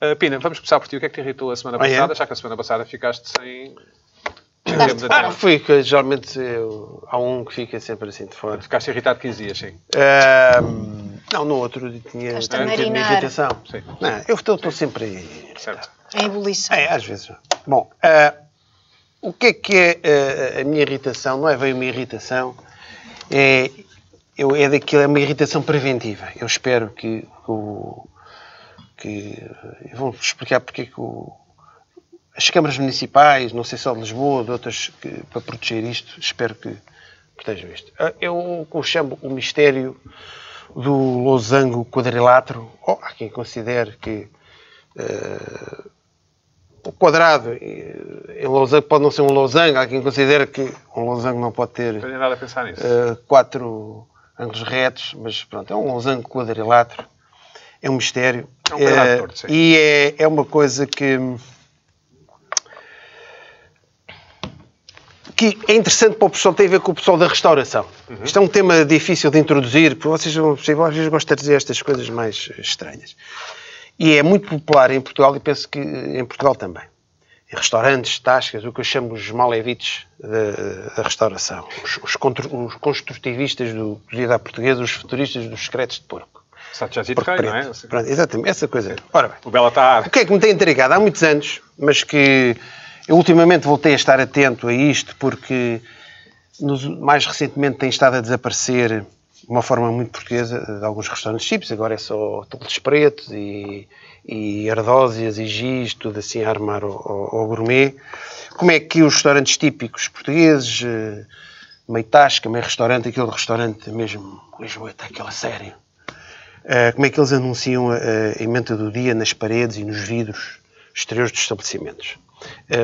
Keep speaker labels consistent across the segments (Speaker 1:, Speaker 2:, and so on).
Speaker 1: Uh, Pina, vamos começar por ti. O que é que te irritou a semana
Speaker 2: Ah, é?
Speaker 1: passada? Já que a semana passada ficaste sem.
Speaker 3: Andaste
Speaker 1: Digamos
Speaker 3: fora.
Speaker 1: assim,
Speaker 2: Fui que geralmente eu- há um que fica sempre assim de fora.
Speaker 1: Ficaste irritado 15 dias, sim.
Speaker 2: Ahm, não, no outro dia tinha,
Speaker 3: Estás a
Speaker 2: tinha a minha
Speaker 3: marinar.
Speaker 2: irritação.
Speaker 1: Sim.
Speaker 2: Não, eu estou estou sempre aí.
Speaker 1: Certo.
Speaker 3: Em ebulição.
Speaker 2: É, às vezes. Bom, ah, o que é que é ah, a minha irritação? Não é bem uma irritação, é, eu, é daquilo, é uma irritação preventiva. Eu espero que, o. Que, eu vou explicar porque é que o, as câmaras municipais, não sei só de Lisboa, de outras, que- para proteger isto, espero que protejam isto. Ah, É o que eu chamo o mistério do losango quadrilátero, ou há quem considere que ah, o quadrado eh, em losango pode não ser um losango. Há quem considera que um losango não pode ter
Speaker 1: Não tenho nada a pensar nisso.
Speaker 2: eh, quatro ângulos retos, mas pronto, é um losango quadrilátero. É um mistério.
Speaker 1: É um quadrado
Speaker 2: Eh,
Speaker 1: torto, sim.
Speaker 2: E é, é uma coisa que. que é interessante para o pessoal, tem a ver com o pessoal da restauração.
Speaker 1: Uhum.
Speaker 2: Isto é um tema difícil de introduzir, porque vocês vão perceber, às vezes gostam de dizer estas coisas mais eh, estranhas. E é muito popular em Portugal e penso que eh, em Portugal também. Em restaurantes, tascas, o que eu chamo os malevites da, da restauração. Os, os, contr- os construtivistas do cozida à portuguesa, os futuristas dos secretos de porco.
Speaker 1: Sato já
Speaker 2: Porco
Speaker 1: não é?
Speaker 2: preto. Pronto, exatamente, essa coisa. Ora bem.
Speaker 1: O Bela tá está.
Speaker 2: O que é que me tem intrigado há muitos anos, mas que eu ultimamente voltei a estar atento a isto porque nos- mais recentemente tem estado a desaparecer de uma forma muito portuguesa de alguns restaurantes chips, agora é só tolos pretos e, e ardósias e giz, tudo assim a armar ao, ao- ao gourmet. Como é que os restaurantes típicos portugueses, eh, meio tasca, meio restaurante, aquele restaurante mesmo, Lisboa está aquela série, Uh, como é que eles anunciam a, a emenda do dia nas paredes e nos vidros exteriores dos estabelecimentos.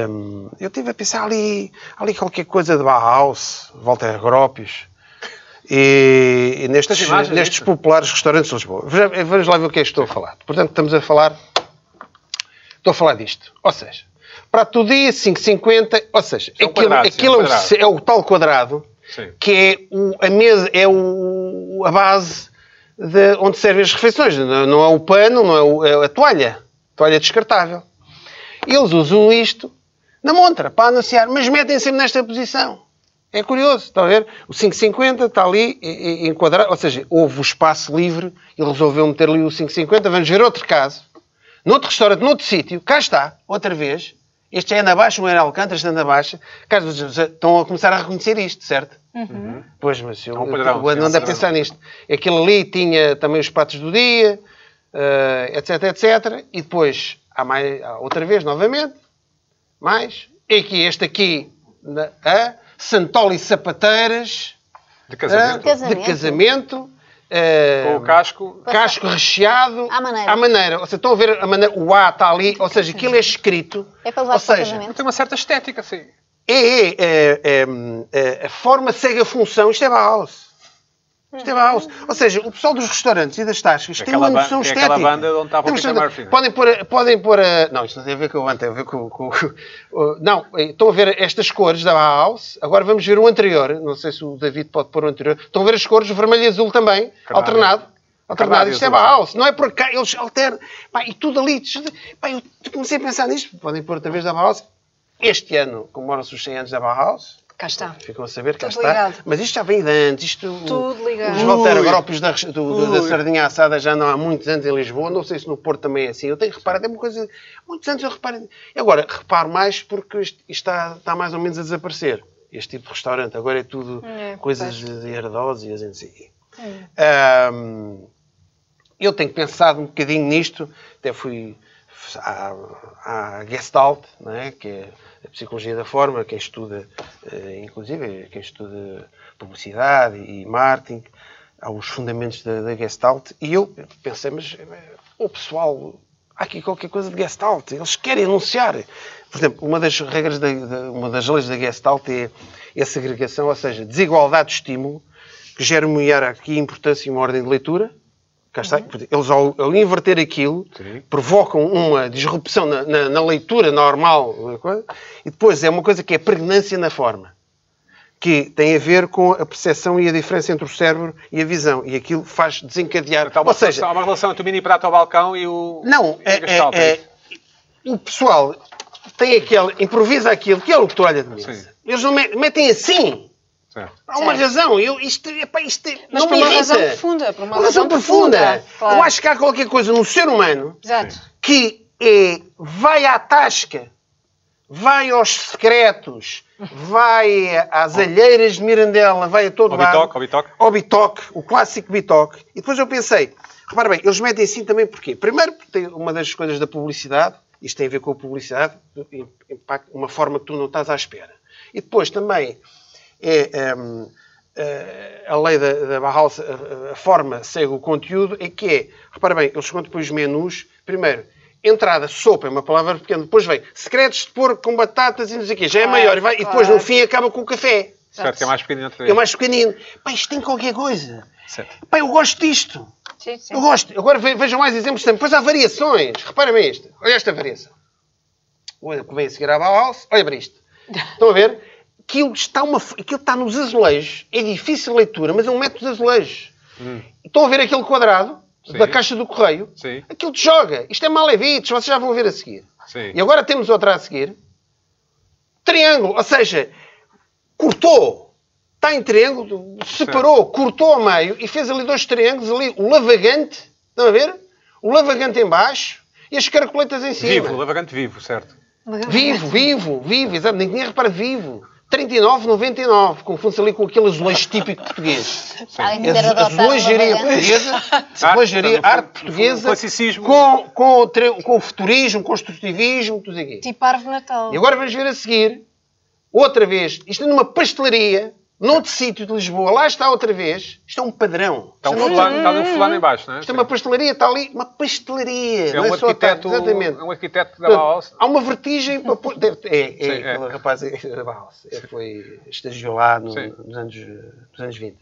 Speaker 2: Um, eu estive a pensar ali, ali qualquer coisa de Bauhaus, Walter Gropius, e, e nestes,
Speaker 1: Tens imagens é
Speaker 2: nestes
Speaker 1: disso?
Speaker 2: populares restaurantes de Lisboa. Veja- Vamos lá ver o que é que estou a falar. Portanto, estamos a falar... Estou a falar disto. Ou seja, para todo dia, 5,50... Ou seja,
Speaker 1: É um
Speaker 2: aquilo,
Speaker 1: quadrado, sim,
Speaker 2: aquilo
Speaker 1: é um
Speaker 2: é, um
Speaker 1: quadrado.
Speaker 2: se- é o tal quadrado
Speaker 1: Sim.
Speaker 2: que é o- a mesa, é o- a base de onde servem as refeições. Não, não é o pano, não é, o- é a toalha. Toalha descartável. Eles usam isto na montra para anunciar, mas metem sempre nesta posição. É curioso, está a ver? O 550 está ali e- e- enquadrado, ou seja, houve o espaço livre e resolveu meter ali o 550. Vamos ver outro caso. Noutro restaurante, noutro sítio, cá está, outra vez. Este é na Baixa, um é na Alcântara, este é na Baixa. Cá estão a começar a reconhecer isto, certo? Pois, mas eu,
Speaker 1: É um padrão, é
Speaker 2: eu
Speaker 1: um
Speaker 2: ando a
Speaker 1: padrão.
Speaker 2: pensar nisto. Aquilo ali tinha também os pratos do dia, eh, etc, etc. E depois, há mais, há outra vez, novamente, mais. E aqui, este aqui, na, a Santol e Sapateiras,
Speaker 1: De
Speaker 2: ah,
Speaker 1: casamento.
Speaker 3: Casamento.
Speaker 2: de casamento. eh,
Speaker 1: Com o casco.
Speaker 2: casco recheado
Speaker 3: À maneira.
Speaker 2: Ou seja, estão a ver a maneira, o A está ali, ou seja, aquilo é escrito.
Speaker 3: É para levar
Speaker 2: ou
Speaker 3: para o
Speaker 2: seja,
Speaker 3: casamento.
Speaker 1: Tem uma certa estética, sim.
Speaker 2: é, é, é, é, é, a forma segue a função. Isto é Bauhaus. Isto é Bauhaus. Ou seja, o pessoal dos restaurantes e das tascas tem
Speaker 1: Aquela
Speaker 2: uma
Speaker 1: ba-
Speaker 2: noção
Speaker 1: tem
Speaker 2: estética.
Speaker 1: aquela banda onde estava o
Speaker 2: Tem uma
Speaker 1: Peter
Speaker 2: noção-
Speaker 1: Murphy, não é?
Speaker 2: Podem pôr, a- podem pôr a... Não, isto não tem a ver com o Ante, tem a ver com... com- com- não, eh, estão a ver estas cores da Bauhaus. Agora vamos ver o anterior. Não sei se o David pode pôr o anterior. Estão a ver as cores vermelho e azul também.
Speaker 1: Carnário.
Speaker 2: Alternado. Alternado.
Speaker 1: Carnário
Speaker 2: Isto é
Speaker 1: azul.
Speaker 2: Bauhaus. Não é por cá. Eles alternam. Pá, e tudo ali. tudo- Pá, eu comecei a pensar nisto. Podem pôr outra vez da Bauhaus. Este ano comemoram-se os 100 anos da Bauhaus.
Speaker 3: Cá está.
Speaker 2: Ficam a saber, cá
Speaker 3: Tudo
Speaker 2: está.
Speaker 3: ligado.
Speaker 2: Mas isto já vem de antes. Isto,
Speaker 3: Tudo ligado.
Speaker 2: Os Walter Gropos da, do- do- da sardinha assada já não há muitos anos em Lisboa. Não sei se no Porto também é assim. Eu tenho reparado, é uma coisa... Muitos anos eu reparo... Agora, reparo mais porque isto isto está, está mais ou menos a desaparecer. Este tipo de restaurante. Agora é tudo
Speaker 3: É,
Speaker 2: coisas herdósias em si.
Speaker 3: É.
Speaker 2: Ahm, eu tenho pensado um bocadinho nisto, até fui à, à Gestalt, não é? que é a psicologia da forma, quem estuda, eh, inclusive, quem estuda publicidade e marketing, aos fundamentos da, da Gestalt, e eu pensei, mas eh, o pessoal, há aqui qualquer coisa de Gestalt, eles querem anunciar. Por exemplo, uma das regras, da, da- uma das leis da Gestalt é, é a segregação, ou seja, desigualdade de estímulo, que gera aqui importância e uma ordem de leitura, Cá está.
Speaker 3: Uhum.
Speaker 2: Portanto, Eles, ao, ao inverter aquilo,
Speaker 1: Sim.
Speaker 2: provocam uma disrupção na, na- na leitura normal da coisa, e depois é uma coisa que é pregnância na é forma. que tem a ver com a percepção e a diferença entre o cérebro e a visão. E aquilo faz desencadear.
Speaker 1: Então, há uma,
Speaker 2: Ou seja,
Speaker 1: relação, há uma relação entre o mini prato ao balcão e o.
Speaker 2: não,
Speaker 1: e
Speaker 2: é,
Speaker 1: a Gestalt,
Speaker 2: é-
Speaker 1: é
Speaker 2: é- o pessoal tem aquele, improvisa aquilo, que é o que tu olha de mesa.
Speaker 1: Sim.
Speaker 2: Eles não me- metem assim.
Speaker 1: isso? Certo.
Speaker 2: Há uma
Speaker 3: Certo.
Speaker 2: razão. Eu, isto, epá, isto
Speaker 3: Mas
Speaker 2: não
Speaker 3: por
Speaker 2: me
Speaker 3: uma razão
Speaker 2: irrita.
Speaker 3: profunda, por uma razão
Speaker 2: profunda.
Speaker 3: profunda, claro.
Speaker 2: Eu acho que há qualquer coisa no ser humano
Speaker 3: Exato.
Speaker 2: que é, vai à tasca, vai aos secretos, vai às alheiras de Mirandela, vai a todo
Speaker 1: Ao
Speaker 2: lado.
Speaker 1: bitoque, ao bitoque.
Speaker 2: Ao bitoque, o clássico bitoque. E depois eu pensei, repara bem, eles metem assim também porquê? Primeiro, porque tem uma das coisas da publicidade, isto tem a ver com a publicidade, do- im- impacto- uma forma que tu não estás à espera. E depois também é hum, eh, a lei da, da Bauhaus, a, a forma segue o conteúdo, é que é, repara bem, eles quando põem os menus, primeiro, entrada, sopa, é uma palavra pequena, depois vem secretos de porco com batatas e não sei o quê, já é
Speaker 3: Claro,
Speaker 2: maior, e, vai, e depois no
Speaker 3: claro.
Speaker 2: fim acaba com o café.
Speaker 1: Certo, que é mais pequenino entre
Speaker 2: É o mais pequenino. Pá, isto tem qualquer coisa.
Speaker 1: Certo.
Speaker 2: Pá, eu gosto disto.
Speaker 3: Sim, sim.
Speaker 2: Eu gosto. Agora ve- vejam mais exemplos também. Depois há variações. Reparem-me isto. Olha esta variação. Olha o que vem a seguir à Bauhaus. Olha para isto. Estão a ver? Aquilo está, uma, f- aquilo está nos azulejos. É difícil de leitura, mas é um método de azulejos. Estão a ver aquele quadrado
Speaker 1: Hum. Sim.
Speaker 2: da caixa do correio?
Speaker 1: Sim.
Speaker 2: Aquilo te joga. Isto é Malevites. Vocês já vão ver a seguir.
Speaker 1: Sim.
Speaker 2: E agora temos outra a seguir. Triângulo. Ou seja, cortou. Está em triângulo, separou, cortou ao meio e fez ali dois triângulos ali, o lavagante, estão a ver? O lavagante em baixo e as carcoletas em cima.
Speaker 1: Vivo, lavagante vivo, certo.
Speaker 2: Vivo, vivo, vivo, exato, ninguém repara vivo. 39,99, confunde-se ali com aquele azulejo típico português.
Speaker 3: Além de ter
Speaker 2: A
Speaker 3: adotado uma
Speaker 2: azulejaria
Speaker 3: variante.
Speaker 2: portuguesa,
Speaker 1: portanto,
Speaker 2: azulejaria,
Speaker 1: no
Speaker 2: arte
Speaker 1: fundo,
Speaker 2: portuguesa,
Speaker 1: no fundo, classicismo.
Speaker 2: com, com, o tre- com o futurismo, construtivismo, tudo aqui.
Speaker 3: Tipo árvore de natal.
Speaker 2: E agora vamos ver a seguir, outra vez, isto é numa pastelaria, noutro sítio de Lisboa, lá está outra vez. Isto é um padrão.
Speaker 1: Está um
Speaker 2: Isto é um-
Speaker 1: fulano, está um fulano em baixo, não é?
Speaker 2: Isto é uma pastelaria, está ali, uma pastelaria.
Speaker 1: É
Speaker 2: não
Speaker 1: um
Speaker 2: só a tarde,
Speaker 1: arquiteto,
Speaker 2: Exatamente.
Speaker 1: é um arquiteto da Bauhaus.
Speaker 2: Há uma vertigem para pôr. deve- É, é,
Speaker 1: Sim, é.
Speaker 2: aquele rapaz é, da Bauhaus. Ele foi estagiou lá no-
Speaker 1: Sim.
Speaker 2: nos, anos, nos anos 20.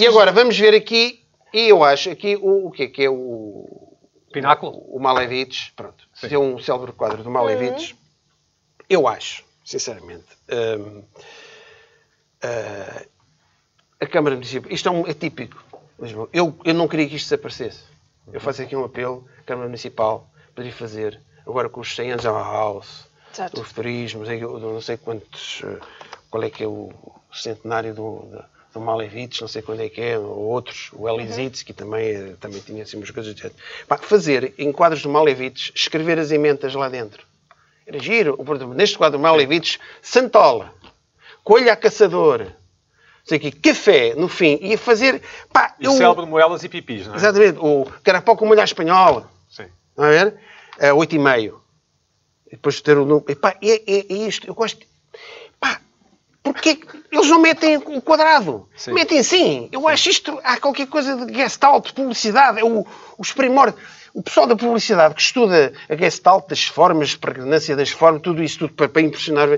Speaker 2: E agora vamos ver aqui, e eu acho aqui o, o que é que é o,
Speaker 1: Pináculo.
Speaker 2: o Malevich, pronto, se é um célebre quadro do Malevich, eu acho, sinceramente, hum, ah, a Câmara Municipal, isto é, um, é típico, de Lisboa. Eu, eu não queria que isto desaparecesse. Eu faço aqui um apelo, a Câmara Municipal poderia fazer, agora com os 100 anos à House,
Speaker 3: Exato.
Speaker 2: o futurismo, não sei- eu não sei quantos, eh, qual é que é o centenário do, do, do Malevich, não sei quando é que é, ou outros, o Elisitz, que também, eh, também tinha assim umas coisas do género. Pá, fazer em quadros do Malevich, escrever as emendas lá dentro. Era giro, por exemplo, neste quadro do Malevich, Santola, Coelho à Caçadora, não sei o quê, café, no fim, ia fazer, pá,
Speaker 1: E
Speaker 2: eu-
Speaker 1: célebre moelas e pipis, não é?
Speaker 2: exatamente, o carapau com molho à espanhola,
Speaker 1: Sim.
Speaker 2: não é ver? É, oito e meio. E depois ter o número. Epá, é, é, é isto. Eu gosto. Pá, porque eles não metem o quadrado.
Speaker 1: Sim.
Speaker 2: Metem sim. Eu acho isto. Há qualquer coisa de gestalt, de publicidade. É o, os primórdios. O pessoal da publicidade que estuda a gestalt das formas, pregnância das formas, tudo isso tudo para, para impressionar.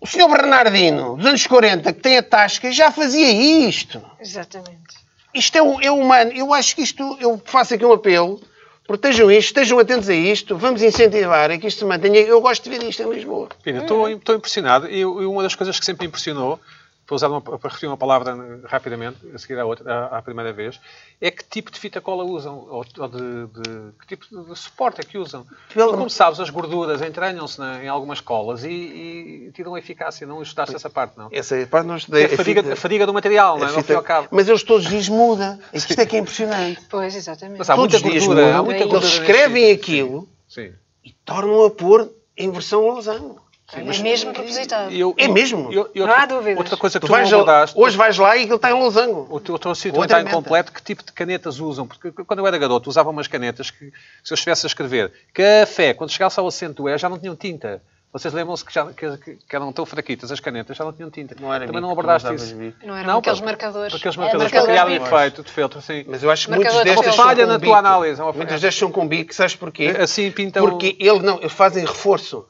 Speaker 2: O senhor Bernardino, dos anos 40, que tem a tasca, já fazia isto.
Speaker 3: Exatamente.
Speaker 2: Isto é, o- é humano. Eu acho que isto, eu faço aqui um apelo. Protejam isto, estejam atentos a isto, vamos incentivar a que isto se mantenha. Eu gosto de ver isto em Lisboa.
Speaker 1: Pina, estou
Speaker 2: É.
Speaker 1: estou impressionado. E, e uma das coisas que sempre me impressionou, para usar uma, para referir uma palavra eh, rapidamente, a seguir à, outra, à, à primeira vez, é que tipo de fita cola usam, ou, ou de, de- que tipo de- de suporte é que usam.
Speaker 2: Pelo-
Speaker 1: Porque, Como sabes, as gorduras entranham-se na- em algumas colas e, e tiram a eficácia. Não estudaste essa parte, não?
Speaker 2: Essa parte não
Speaker 1: É
Speaker 2: estudei.
Speaker 1: a fadiga, a fadiga do material, não é? Não fui ao cabo.
Speaker 2: Mas eles todos os dias muda. É que Isto é que é impressionante.
Speaker 3: Pois, exatamente.
Speaker 1: Mas há
Speaker 2: todos
Speaker 1: muita
Speaker 2: os dias
Speaker 1: gordura. Há
Speaker 2: muda.
Speaker 1: muita
Speaker 2: Eles
Speaker 1: gordura nesse
Speaker 2: escrevem
Speaker 1: fita.
Speaker 2: aquilo
Speaker 1: Sim.
Speaker 2: e tornam a pôr em versão Lousano.
Speaker 3: é mesmo propositado.
Speaker 1: E eu-
Speaker 2: É mesmo?
Speaker 1: eu- eu-
Speaker 3: Não há dúvidas.
Speaker 1: Outra coisa que
Speaker 2: Tu
Speaker 1: tu, não
Speaker 2: vais lá,
Speaker 1: abordaste...
Speaker 2: hoje vais lá e aquilo está em Losango.
Speaker 1: O teu, o teu sítio
Speaker 2: Outra
Speaker 1: está
Speaker 2: meta.
Speaker 1: incompleto. Que tipo de canetas usam? Porque quando eu era garoto usava umas canetas que, se eu estivesse a escrever café, quando chegasse ao acento E já não tinham tinta. Vocês lembram-se que, já- que- que- que eram tão fraquitas as canetas, já não tinham tinta.
Speaker 2: Não era
Speaker 1: Também
Speaker 2: bico,
Speaker 1: não abordaste
Speaker 2: não usavas
Speaker 1: isso.
Speaker 2: bico.
Speaker 3: Não eram aqueles
Speaker 1: pá,
Speaker 3: marcadores.
Speaker 1: Aqueles
Speaker 3: É,
Speaker 1: marcadores para
Speaker 3: marcadores
Speaker 1: criar um
Speaker 3: bico.
Speaker 1: efeito de feltro, assim. sim.
Speaker 2: Mas eu acho que muitos
Speaker 3: Marcador de
Speaker 2: destes
Speaker 3: filtro.
Speaker 2: são
Speaker 1: Falha
Speaker 2: com
Speaker 1: na tua
Speaker 2: bico.
Speaker 1: análise, é uma falha.
Speaker 2: Muitos destes são com bico, sabes porquê?
Speaker 1: Assim pintam...
Speaker 2: é Porque ele não, eles fazem reforço.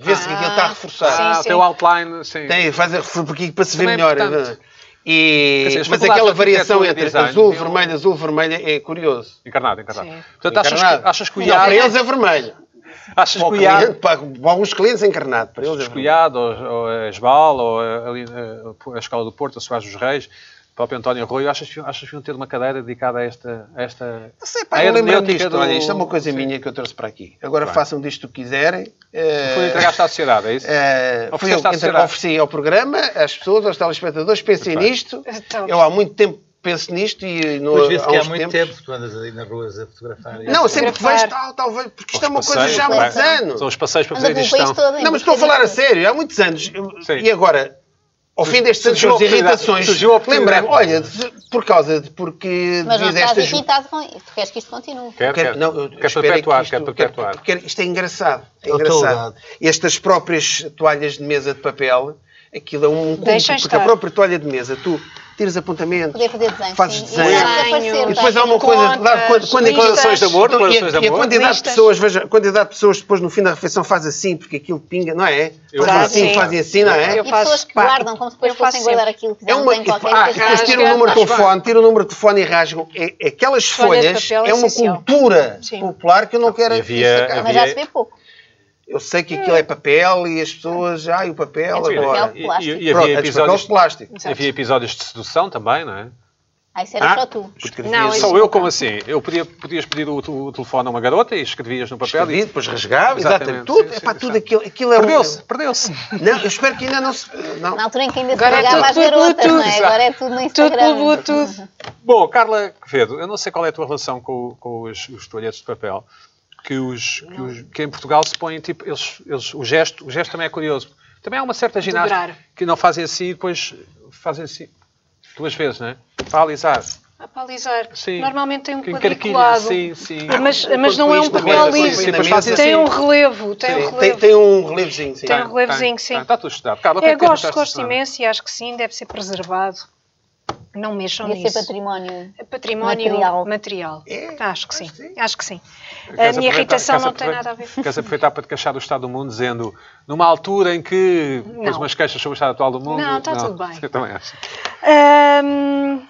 Speaker 2: Vê-se que
Speaker 3: Ah,
Speaker 2: aquilo está reforçado.
Speaker 1: Ah,
Speaker 3: Sim,
Speaker 1: o
Speaker 3: sim.
Speaker 1: teu outline, sim.
Speaker 2: Tem, fazem reforço porque para se ver
Speaker 1: Também é
Speaker 2: melhor.
Speaker 1: importante.
Speaker 2: E,
Speaker 1: Quer dizer, as faculdades
Speaker 2: mas
Speaker 1: de
Speaker 2: aquela
Speaker 1: arquitetura
Speaker 2: variação
Speaker 1: e
Speaker 2: entre
Speaker 1: design
Speaker 2: azul,
Speaker 1: têm um-
Speaker 2: vermelho, azul, vermelho é curioso.
Speaker 1: Encarnado, encarnado.
Speaker 3: Sim.
Speaker 1: Portanto, achas,
Speaker 2: Encarnado.
Speaker 1: que, achas que o
Speaker 2: Não,
Speaker 1: IAD...
Speaker 2: para eles é vermelho.
Speaker 1: Achas
Speaker 2: Para,
Speaker 1: que
Speaker 2: o
Speaker 1: o IAD
Speaker 2: cliente, para, para alguns clientes encarnado. Para eles, é verdade.
Speaker 1: Escolhado, ou, ou a Esbal, ou a, ali, eh, a Escola do Porto, a Soares dos Reis, o próprio António Arroio, achas, que- achas que iam ter uma cadeira dedicada a esta... a esta
Speaker 2: Não sei, pá,
Speaker 1: a
Speaker 2: eu lembro
Speaker 1: hermenêutica
Speaker 2: disto.
Speaker 1: do-
Speaker 2: Olha, isto é uma coisa
Speaker 1: Sim.
Speaker 2: minha que eu trouxe para aqui. Agora
Speaker 1: Bem.
Speaker 2: façam disto o que quiserem. Eh,
Speaker 1: Foi entregaste à sociedade, é isso?
Speaker 2: eh, fui eu
Speaker 1: Ofereceste à
Speaker 2: que entre-
Speaker 1: sociedade.
Speaker 2: ofereci ao programa, às pessoas, aos telespectadores, pensem
Speaker 1: Muito bem.
Speaker 2: nisto.
Speaker 3: Então.
Speaker 2: Eu há muito tempo penso nisto e no,
Speaker 4: Pois vê-se que há
Speaker 2: uns
Speaker 4: muito
Speaker 2: tempos-
Speaker 4: tempo tu andas ali nas ruas a fotografar. e-
Speaker 2: Não, sempre que
Speaker 3: Grafar.
Speaker 2: vejo tal, tal, vejo, porque isto é uma
Speaker 1: Os
Speaker 2: coisa já há
Speaker 1: passeios,
Speaker 2: muitos
Speaker 1: não é?
Speaker 2: anos.
Speaker 1: São os passeios para
Speaker 5: Anda
Speaker 1: fazer
Speaker 5: pelo país
Speaker 1: gestão.
Speaker 5: todo. hein?
Speaker 2: Não, mas estou a falar
Speaker 5: assim.
Speaker 2: a sério, há muitos anos. Eu-
Speaker 1: Sim.
Speaker 2: E agora, ao fim destes anos,
Speaker 1: Surgiu a
Speaker 2: as
Speaker 1: oportunidade.
Speaker 2: irritações,
Speaker 1: Surgiu a oportunidade.
Speaker 2: lembrei-me, olha, de- por causa de porque
Speaker 5: Mas não
Speaker 2: devido a
Speaker 5: estás
Speaker 2: estas-
Speaker 5: irritado com isso. Tu queres que isto continue.
Speaker 1: Quer,
Speaker 2: Quero-
Speaker 1: quer,
Speaker 2: não, eu
Speaker 1: quer
Speaker 2: espero é que
Speaker 1: perpetuar,
Speaker 2: isto-
Speaker 1: quer perpetuar.
Speaker 2: Porque isto é engraçado. É
Speaker 4: Eu estou
Speaker 2: engraçado.
Speaker 4: dado.
Speaker 2: Estas próprias toalhas de mesa de papel, aquilo é um cúmulo,
Speaker 3: Deixa
Speaker 2: porque
Speaker 3: estar.
Speaker 2: a própria toalha de mesa, tu tiras apontamentos,
Speaker 5: Poder fazer desenho.
Speaker 2: fazes
Speaker 5: sim.
Speaker 2: desenho.
Speaker 5: E, nada de aparecer,
Speaker 2: E depois há uma
Speaker 5: tá?
Speaker 2: coisa,
Speaker 3: Contas,
Speaker 2: lá, quando, quando
Speaker 3: é? listas.
Speaker 1: Declarações de amor,
Speaker 2: Não, e, a-
Speaker 1: declarações de
Speaker 2: e a
Speaker 1: amor.
Speaker 2: quantidade de
Speaker 3: Listas.
Speaker 2: pessoas, veja, a quantidade de pessoas depois no fim da refeição faz assim, porque aquilo pinga, não é?
Speaker 1: Eu
Speaker 2: fazem
Speaker 1: faço,
Speaker 2: assim,
Speaker 1: sim.
Speaker 2: fazem assim, não é?
Speaker 3: Eu
Speaker 5: E
Speaker 3: faço-
Speaker 5: pessoas que
Speaker 2: pá,
Speaker 5: guardam como se depois
Speaker 3: eu faço
Speaker 5: fossem guardar
Speaker 3: sempre.
Speaker 5: aquilo que
Speaker 2: É
Speaker 5: fizeram
Speaker 2: uma.
Speaker 5: bem qualquer
Speaker 2: Ah,
Speaker 5: e
Speaker 2: e
Speaker 5: depois
Speaker 2: depois
Speaker 5: rasgam.
Speaker 2: tiram o número de
Speaker 1: Rasga.
Speaker 2: telefone, tiram o número de telefone e rasgam. É- Aquelas
Speaker 3: Folhas de
Speaker 2: folhas
Speaker 3: papel é
Speaker 2: é uma
Speaker 3: essencial.
Speaker 2: cultura
Speaker 3: Sim.
Speaker 2: popular que eu não quero.
Speaker 1: E havia-
Speaker 2: que se acabe.
Speaker 5: Mas já
Speaker 1: havia-
Speaker 5: se vê pouco.
Speaker 2: Eu sei que aquilo é papel e as pessoas. Ai, o papel
Speaker 5: É de
Speaker 2: agora.
Speaker 5: papel.
Speaker 1: E,
Speaker 5: plástico.
Speaker 1: e- e
Speaker 2: Pronto,
Speaker 1: havia,
Speaker 2: é de papel de
Speaker 1: episódios,
Speaker 2: plástico.
Speaker 3: Exato.
Speaker 1: havia episódios de sedução também, não é?
Speaker 5: Ah, isso era
Speaker 1: Ah,
Speaker 5: só tu.
Speaker 2: Escrevias-
Speaker 3: Não, isso-
Speaker 1: Só eu, como assim? Eu podia, podias pedir o, tu- o telefone a uma garota e escrevias no papel
Speaker 2: escrevi,
Speaker 1: e...
Speaker 2: depois rasgava,
Speaker 1: Exatamente,
Speaker 2: exatamente. Tudo,
Speaker 1: sim,
Speaker 2: é para
Speaker 1: sim,
Speaker 2: tudo
Speaker 1: sim.
Speaker 2: aquilo. Aquilo é um-
Speaker 1: Perdeu-se, perdeu-se.
Speaker 2: Não, eu espero que ainda não se. Não.
Speaker 5: Na altura em que ainda se
Speaker 3: Agora é
Speaker 5: pagava às
Speaker 3: tudo pelo
Speaker 5: garotas, não é?
Speaker 3: Bluetooth.
Speaker 5: Agora é tudo no
Speaker 3: Tudo
Speaker 5: Instagram.
Speaker 3: pelo Bluetooth.
Speaker 1: Bom, Carla Quevedo, eu não sei qual é a tua relação com, com os, os toalhetes de papel, que, os, que, os- que em Portugal se põem, tipo, eles, eles, o, gesto, o gesto também é curioso. Também há uma certa ginástica
Speaker 3: Dobrar.
Speaker 1: que não fazem assim e depois fazem assim duas vezes, não é? Para alisar.
Speaker 3: Ah, para alisar.
Speaker 1: Sim.
Speaker 3: Normalmente tem um
Speaker 1: Que-
Speaker 3: quadriculado.
Speaker 1: Sim, sim.
Speaker 3: Mas,
Speaker 2: Ah,
Speaker 3: mas não é um
Speaker 2: isto
Speaker 3: papel
Speaker 2: põe- põe
Speaker 3: livre.
Speaker 2: na
Speaker 1: mas fazem
Speaker 2: mesa.
Speaker 3: Tem um
Speaker 1: assim.
Speaker 3: relevo. Tem um
Speaker 2: Tem,
Speaker 3: relevo.
Speaker 2: tem um relevozinho, sim.
Speaker 3: Tem um relevozinho, sim.
Speaker 1: Está tudo estudado. Carla, o que é
Speaker 3: Eu
Speaker 1: que
Speaker 3: gosto,
Speaker 1: achaste
Speaker 3: gosto
Speaker 1: disso?
Speaker 3: imenso e acho que sim, deve ser preservado. Não mexam
Speaker 5: Devia ser
Speaker 3: nisso.
Speaker 5: património.
Speaker 3: É património
Speaker 5: Material.
Speaker 3: material.
Speaker 2: É,
Speaker 3: acho que sim. Acho que sim. A
Speaker 1: Queres
Speaker 3: minha
Speaker 1: aproveitar-
Speaker 3: irritação
Speaker 1: queres
Speaker 3: não tem
Speaker 1: aproveitar-
Speaker 3: nada a ver.
Speaker 1: Queres aproveitar para te queixar do Estado do Mundo, dizendo, numa altura em que pôs
Speaker 3: Não.
Speaker 1: umas queixas sobre o Estado atual do mundo...
Speaker 3: Não, está tudo bem.
Speaker 1: Eu também acho.
Speaker 3: Ahm,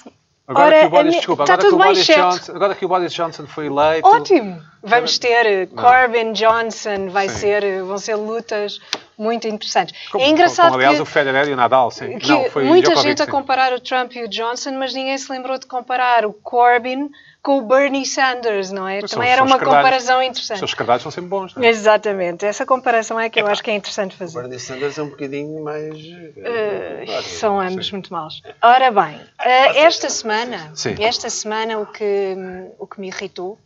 Speaker 1: Agora
Speaker 3: Ora,
Speaker 1: que o Boris,
Speaker 3: a minha-
Speaker 1: desculpa,
Speaker 3: está
Speaker 1: agora que, o
Speaker 3: tudo bem,
Speaker 1: Boris
Speaker 3: chefe.
Speaker 1: Johnson, agora que o Boris Johnson foi eleito.
Speaker 3: ótimo! Vamos ter eh, Corbyn Johnson, vai
Speaker 1: Sim.
Speaker 3: ser, eh, vão ser lutas muito interessantes.
Speaker 1: Como,
Speaker 3: é engraçado
Speaker 1: como, aliás,
Speaker 3: que,
Speaker 1: o Federer e o Nadal, sim.
Speaker 3: que
Speaker 1: Não, foi o
Speaker 3: muita
Speaker 1: Djokovic,
Speaker 3: gente a
Speaker 1: sim.
Speaker 3: comparar o Trump e o Johnson, mas ninguém se lembrou de comparar o Corbyn com o Bernie Sanders, não é?
Speaker 1: Mas são-
Speaker 3: Também era
Speaker 1: são
Speaker 3: uma
Speaker 1: escardalhos.
Speaker 3: comparação
Speaker 1: Os seus
Speaker 3: interessante.
Speaker 1: cardápios são sempre bons, não é?
Speaker 3: Exatamente, essa comparação é que eu acho que é interessante
Speaker 2: o
Speaker 3: fazer.
Speaker 2: Bernie Sanders é um bocadinho mais.
Speaker 3: Eh, são ambos muito maus. Ora bem, eh, esta semana,
Speaker 1: Ah, Sim.
Speaker 3: esta semana o que, o que me irritou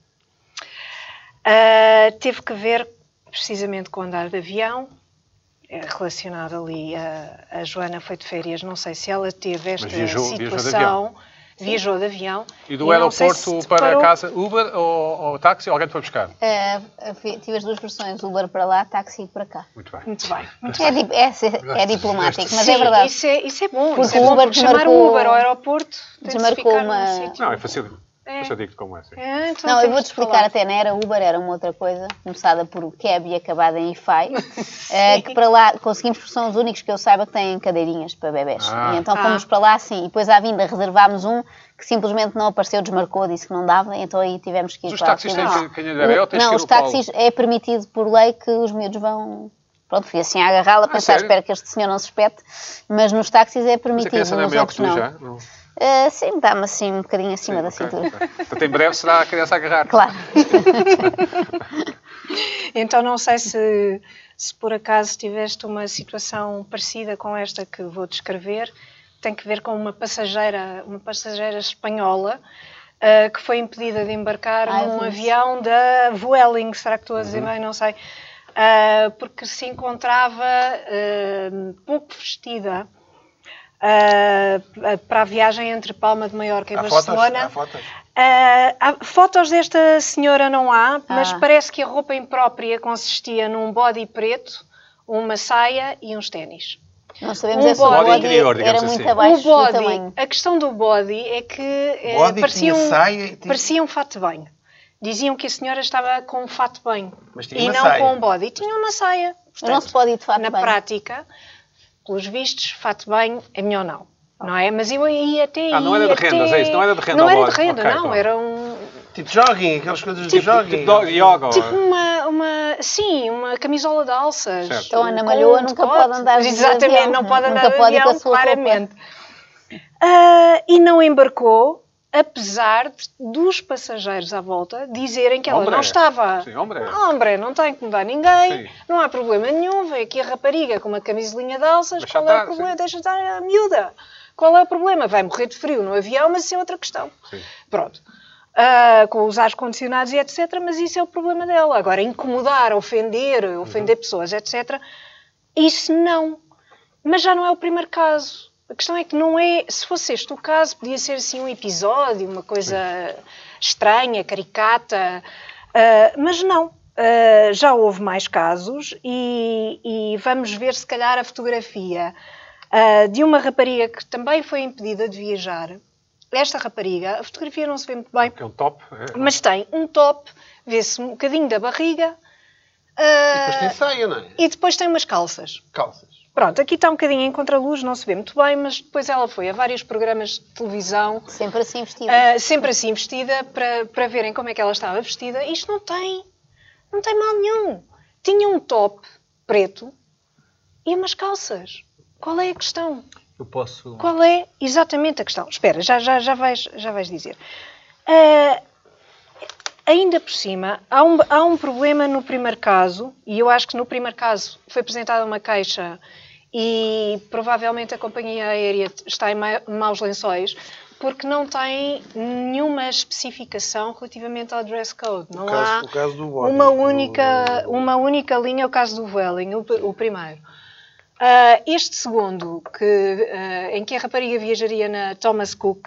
Speaker 3: eh, teve que ver precisamente com o andar de avião, eh, relacionado ali a, a Joana foi de férias, não sei se ela teve esta
Speaker 1: viajou- viajou de
Speaker 3: situação, viajou de avião.
Speaker 1: E do
Speaker 3: não sei se
Speaker 1: aeroporto para
Speaker 3: deparou-
Speaker 1: casa, Uber ou, ou táxi, alguém te foi buscar?
Speaker 5: Ah, fi- tive as duas versões, Uber para lá, táxi para cá.
Speaker 1: Muito bem.
Speaker 3: Muito bem, muito
Speaker 5: É, di- é ser- é diplomático, mas é
Speaker 3: Sim,
Speaker 5: verdade.
Speaker 3: Isso é, isso é bom,
Speaker 5: Porque
Speaker 3: isso é
Speaker 5: o
Speaker 3: bom,
Speaker 5: Uber
Speaker 3: porque chamar
Speaker 5: desmarcou-
Speaker 3: o Uber ao aeroporto tem de se
Speaker 5: desmarcou
Speaker 3: ficar num
Speaker 5: uma-
Speaker 3: sítio.
Speaker 1: Não, é facílimo.
Speaker 3: É.
Speaker 1: Eu só digo-te como é. Sim.
Speaker 3: É, então
Speaker 5: Não, eu
Speaker 3: temos
Speaker 5: vou-te
Speaker 3: de
Speaker 5: explicar
Speaker 3: falar.
Speaker 5: até, não era Uber, era uma outra coisa, começada por o cab e acabada em IFAI, eh, que para lá conseguimos, porque são os únicos que eu saiba que têm cadeirinhas para bebés.
Speaker 1: Ah.
Speaker 5: E então
Speaker 3: Ah.
Speaker 5: fomos para lá assim, e depois à vinda reservámos um que simplesmente não apareceu, desmarcou, disse que não dava, então aí tivemos que ir
Speaker 1: Os
Speaker 5: para a
Speaker 1: táxis
Speaker 5: Filipe.
Speaker 1: têm que- quem lhe der é ou tens
Speaker 5: Não,
Speaker 1: que ir
Speaker 5: os
Speaker 1: no colo?
Speaker 5: táxis é permitido por lei que os miúdos vão. Pronto, fui assim a agarrá-la, a pensar,
Speaker 1: Ah, sério?
Speaker 5: espero que este senhor não se espete, mas nos táxis é
Speaker 1: Mas a
Speaker 5: permitido,
Speaker 1: criança não é
Speaker 5: nos
Speaker 1: maior que
Speaker 5: outros
Speaker 1: tu
Speaker 5: não.
Speaker 1: já? Não.
Speaker 5: Eh, sim, dá-me assim um bocadinho acima da
Speaker 1: Ok,
Speaker 3: assim
Speaker 5: cintura.
Speaker 1: ok. Portanto, em breve será a criança a agarrar.
Speaker 5: Claro.
Speaker 3: Então não sei se, se por acaso tiveste uma situação parecida com esta que vou descrever. Tem que ver com uma passageira, uma passageira espanhola ah, que foi impedida de embarcar
Speaker 5: Ah, eu
Speaker 3: num
Speaker 5: vi isso.
Speaker 3: avião da Vueling, será que estou a dizer bem? Não sei. Ah, porque se encontrava ah, pouco vestida ah, para a viagem entre Palma de Maiorca e
Speaker 2: Há fotos,
Speaker 3: É Barcelona.
Speaker 2: há fotos.
Speaker 3: Ah, há- fotos desta senhora não há, mas
Speaker 5: Ah.
Speaker 3: parece que a roupa imprópria consistia num body preto, uma saia e uns ténis.
Speaker 5: Não sabemos
Speaker 3: Um
Speaker 5: é se o
Speaker 3: body
Speaker 5: body
Speaker 1: interior,
Speaker 5: era
Speaker 1: digamos
Speaker 5: muito
Speaker 1: assim.
Speaker 5: abaixo
Speaker 3: o
Speaker 5: do
Speaker 3: body,
Speaker 5: tamanho.
Speaker 3: a questão do body é que eh,
Speaker 2: Body
Speaker 3: parecia,
Speaker 2: tinha
Speaker 3: um,
Speaker 2: saia tipo, e tinha-
Speaker 3: parecia um fato de banho. Diziam que a senhora estava com um fato de banho
Speaker 2: Mas tinha
Speaker 3: e
Speaker 2: uma
Speaker 3: não
Speaker 2: saia.
Speaker 3: com um body. Tinha uma saia.
Speaker 5: não se pode ir de fato
Speaker 3: na
Speaker 5: de banho.
Speaker 3: prática, pelos vistos, fato de banho é melhor não. Não é? Mas eu aí até.
Speaker 1: Ah, não
Speaker 3: ia
Speaker 1: era de rendas,
Speaker 3: até-
Speaker 1: é isso, não era de renda
Speaker 3: Não
Speaker 1: ao
Speaker 3: era de
Speaker 1: body,
Speaker 3: renda,
Speaker 1: ok, então.
Speaker 3: não.
Speaker 1: pronto.
Speaker 3: Era um.
Speaker 2: Tipo jogging, aquelas coisas de
Speaker 1: Tipo,
Speaker 2: jogging.
Speaker 1: tipo de yoga.
Speaker 3: Tipo uma, uma, sim, uma
Speaker 1: camisola
Speaker 3: de alças.
Speaker 1: Certo.
Speaker 5: Então, Ana
Speaker 3: com
Speaker 5: Malhoa
Speaker 3: um
Speaker 5: nunca
Speaker 3: decote.
Speaker 5: pode andar de
Speaker 3: Exatamente,
Speaker 5: avião.
Speaker 3: não pode
Speaker 5: Nunca
Speaker 3: andar de
Speaker 5: pode ir com a
Speaker 3: avião,
Speaker 5: sua roupa.
Speaker 3: claramente. Ah, e não embarcou, apesar de- dos passageiros à volta dizerem que ela
Speaker 1: Hombre.
Speaker 3: não estava.
Speaker 1: Sim, hombre.
Speaker 3: Hombre, não está a incomodar ninguém,
Speaker 1: Sim.
Speaker 3: não há problema nenhum. Veio aqui a rapariga com uma camisolinha de alças,
Speaker 1: Deixa
Speaker 3: qual é
Speaker 1: estar,
Speaker 3: o problema?
Speaker 1: sim.
Speaker 3: Deixa estar a miúda. Qual é o problema? Vai morrer de frio no avião, mas isso é outra questão.
Speaker 1: Sim.
Speaker 3: Pronto. Ah, com os ar-condicionados e etc. Mas isso é o problema dela. Agora, incomodar, ofender, ofender pessoas, etc. Isso não. Mas já não é o primeiro caso. A questão é que não é. Se fosse este o caso, podia ser assim um episódio, uma coisa estranha, caricata. ah, mas não. Ah, já houve mais casos e, e vamos ver, se calhar, a fotografia ah, de uma rapariga que também foi impedida de viajar. Esta rapariga, a fotografia não se vê muito bem,
Speaker 1: Que é um top. é.
Speaker 3: mas tem um top, vê-se um bocadinho da barriga
Speaker 2: E depois tem
Speaker 3: ah,
Speaker 2: saia, não é?
Speaker 3: e depois tem umas calças.
Speaker 2: Calças.
Speaker 3: Pronto, aqui está um bocadinho em contraluz, não se vê muito bem, mas depois ela foi a vários programas de televisão,
Speaker 5: Sempre assim vestida.
Speaker 3: ah, sempre assim vestida, para, para verem como é que ela estava vestida. Isto não tem, não tem mal nenhum. Tinha um top preto e umas calças. Qual é a questão?
Speaker 4: Eu posso.
Speaker 3: Qual é exatamente a questão? Espera, já, já, já, vais, já vais dizer. Ah, ainda por cima, há um, há um problema no primeiro caso, e eu acho que no primeiro caso foi apresentada uma queixa e provavelmente a companhia aérea está em ma- maus lençóis, porque não tem nenhuma especificação relativamente ao dress code. Não
Speaker 2: O caso-
Speaker 3: há
Speaker 2: o caso do Vueling,
Speaker 3: uma
Speaker 2: do-
Speaker 3: única, uma única linha, é o caso do Welling, o, pr- o primeiro. Ah, este segundo, que, ah, em que a rapariga viajaria na Thomas Cook,